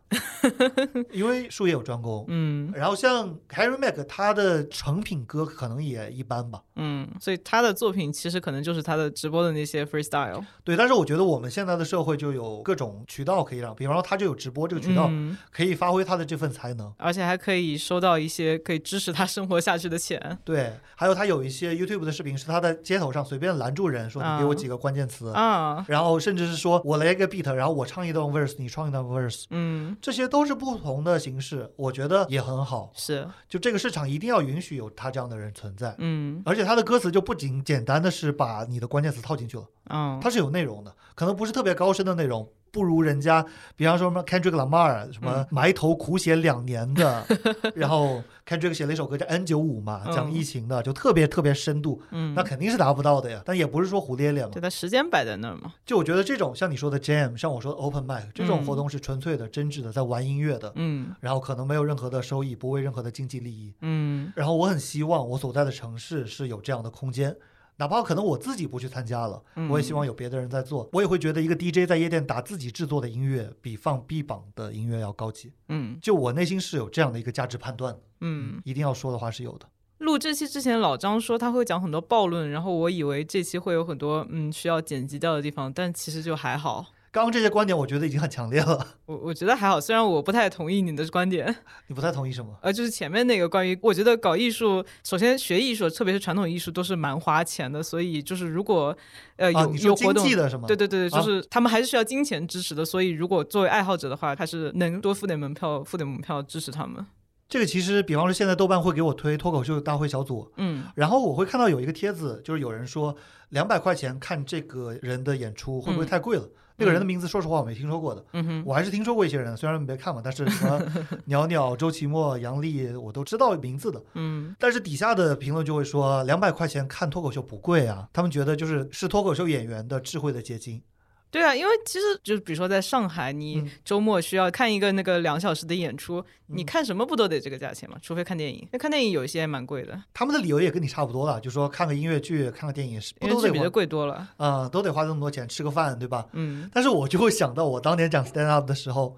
S2: 因为术业有专攻，
S1: 嗯
S2: 然后像 Harry Mack，他的成品歌可能也一般吧。
S1: 嗯，所以他的作品其实可能就是他的直播的那些 freestyle
S2: 对，但是我觉得我们现在的社会就有各种渠道可以让，比方说他就有直播这个渠道，
S1: 嗯
S2: 可以发挥他的这份才能。
S1: 而且还可以收到一些可以支持他生活下去的钱
S2: 对，还有他有一些 YouTube 的视频是他在街头上随便拦住人，说你给我几个关键词，
S1: 啊，
S2: 然后甚至是说我来一个 beat，然后我唱一段 verse，你唱一段 verse，
S1: 嗯，
S2: 这些都是不同的形式，我觉得也很好。
S1: 是，
S2: 就这个市场一定要允许有他这样的人存在，
S1: 嗯
S2: 而且他的歌词就不仅简单的是把你的关键词套进去了。
S1: 嗯
S2: 它是有内容的，可能不是特别高深的内容，不如人家，比方说什么 Kendrick Lamar 什
S1: 嗯
S2: 么埋头苦写两 年的，然后 Kendrick 写了一首歌叫 N 九五嘛，讲
S1: 嗯
S2: 疫情的，就特别特别深度，
S1: 嗯，
S2: 那肯定是达不到的呀。但也不是说胡咧咧嘛
S1: 对，，他时间摆在那儿嘛，
S2: 就我觉得这种像你说的 Jam，像我说的 Open Mic 这种
S1: 嗯
S2: 活动是纯粹的、真挚的，在玩音乐的，
S1: 嗯
S2: 然后可能没有任何的收益，不为任何的经济利益。
S1: 嗯
S2: 然后我很希望我所在的城市是有这样的空间，哪怕可能我自己不去参加了，
S1: 嗯
S2: 我也希望有别的人在做。我也会觉得一个 DJ 在夜店打自己制作的音乐，比放 B 榜的音乐要高级。
S1: 嗯
S2: 就我内心是有这样的一个价值判断的，
S1: 嗯。
S2: 一定要说的话是有的。
S1: 录这期之前，老张说他会讲很多暴论，然后我以为这期会有很多嗯需要剪辑掉的地方，但其实就还好。
S2: 刚刚这些观点，我觉得已经很强烈了。
S1: 我我觉得还好，虽然我不太同意你的观点，
S2: 你不太同意什么？
S1: 呃，就是前面那个关于，我觉得搞艺术，首先学艺术，特别是传统艺术，都是蛮花钱的，所以就是如果呃有、
S2: 啊，你说
S1: 有活
S2: 经
S1: 动
S2: 济。的是吗？
S1: 对对对，就
S2: 啊
S1: 是他们还是需要金钱支持的，所以如果作为爱好者的话，还是能多付点门票，付点门票支持他们。
S2: 这个其实，比方说现在豆瓣会给我推脱口秀大会小组，
S1: 嗯
S2: 然后我会看到有一个帖子，就是有人说两百块钱看这个人的演出会不会太贵了？那个人的名字，说实话我没听说过的，
S1: 嗯哼，
S2: 我还是听说过一些人，虽然没看嘛，但是 什么鸟鸟、周奇墨、杨笠，我都知道名字的。
S1: 嗯
S2: 但是底下的评论就会说，两百块钱看脱口秀不贵啊，他们觉得就是是脱口秀演员的智慧的结晶。
S1: 对啊，因为其实就比如说在上海，你
S2: 嗯
S1: 周末需要看一个那个两小时的演出，你看什么不都得这个价钱嘛？除非看电影，那看电影有一些还蛮贵的，
S2: 他们的理由也跟你差不多了，就说看个音乐剧、看个电影是不
S1: 因为
S2: 都
S1: 这
S2: 得
S1: 比
S2: 花
S1: 这贵多了。
S2: 啊、都得花这么多钱吃个饭，对吧？
S1: 嗯，
S2: 但是我就会想到我当年讲 stand up 的时候，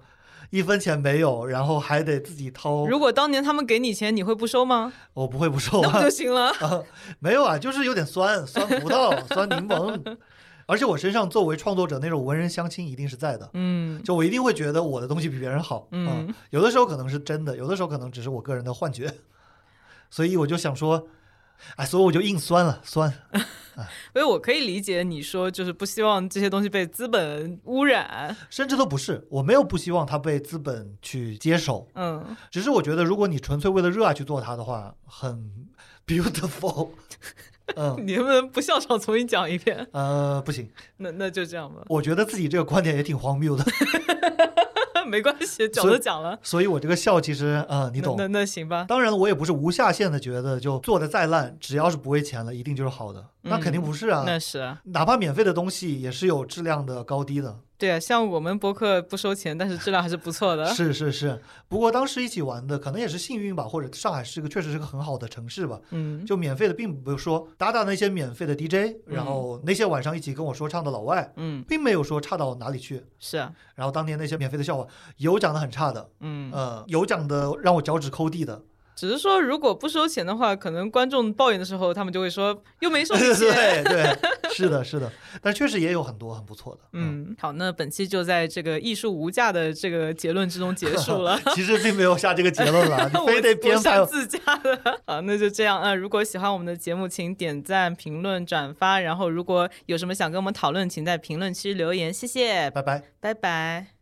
S2: 一分钱没有，然后还得自己掏，
S1: 如果当年他们给你钱，你会不收吗？
S2: 我不会不收
S1: 那不
S2: 啊
S1: 就，行了？
S2: 没有啊，就是有点酸，酸葡萄，酸柠檬。而且我身上作为创作者那种文人相亲一定是在的，
S1: 嗯
S2: 就我一定会觉得我的东西比别人好，啊
S1: 嗯
S2: 有的时候可能是真的，有的时候可能只是我个人的幻觉，所以我就想说，哎，所以我就硬酸了，酸。
S1: 所以我可以理解你说，就是不希望这些东西被资本污染。
S2: 甚至都不是，我没有不希望它被资本去接手，
S1: 嗯，
S2: 只是我觉得如果你纯粹为了热爱去做它的话，很 beautiful。嗯
S1: 你能不能不笑场重新讲一遍？
S2: 呃，不行，
S1: 那那就这样吧，
S2: 我觉得自己这个观点也挺荒谬的，
S1: 没关系，讲
S2: 所以
S1: 都讲了，
S2: 所以我这个笑其实啊、呃你懂
S1: 那。那那行吧，
S2: 当然了，我也不是无下限的觉得就做的再烂，只要是不为钱了，一定就是好的，那肯定不是啊。
S1: 嗯那是啊，
S2: 哪怕免费的东西也是有质量的高低的，
S1: 对啊，像我们博客不收钱，但是质量还是不错的。
S2: 是是是。不过当时一起玩的，可能也是幸运吧，或者上海是个确实是个很好的城市吧，
S1: 嗯，
S2: 就免费的，并不是说打打那些免费的 DJ，然后那些晚上一起跟我说唱的老外，
S1: 嗯，
S2: 并没有说差到哪里去。
S1: 是啊，
S2: 然后当年那些免费的笑话，有讲的很差的，
S1: 嗯，
S2: 呃，有讲的让我脚趾抠地的，
S1: 只是说如果不收钱的话，可能观众抱怨的时候，他们就会说又 没收你钱。
S2: 对对，是的，是的，但确实也有很多很不错的，
S1: 嗯，好，那本期就在这个艺术无价的这个结论之中结束 了。
S2: 嗯其实并没有下这个结论啦，
S1: 那我
S2: 你非得
S1: 我
S2: 编排
S1: 想。自驾的啊，那就这样啊、呃如果喜欢我们的节目，请点赞、评论、转发。然后，如果有什么想跟我们讨论，请在评论区留言。谢谢，
S2: 拜拜。
S1: 拜拜。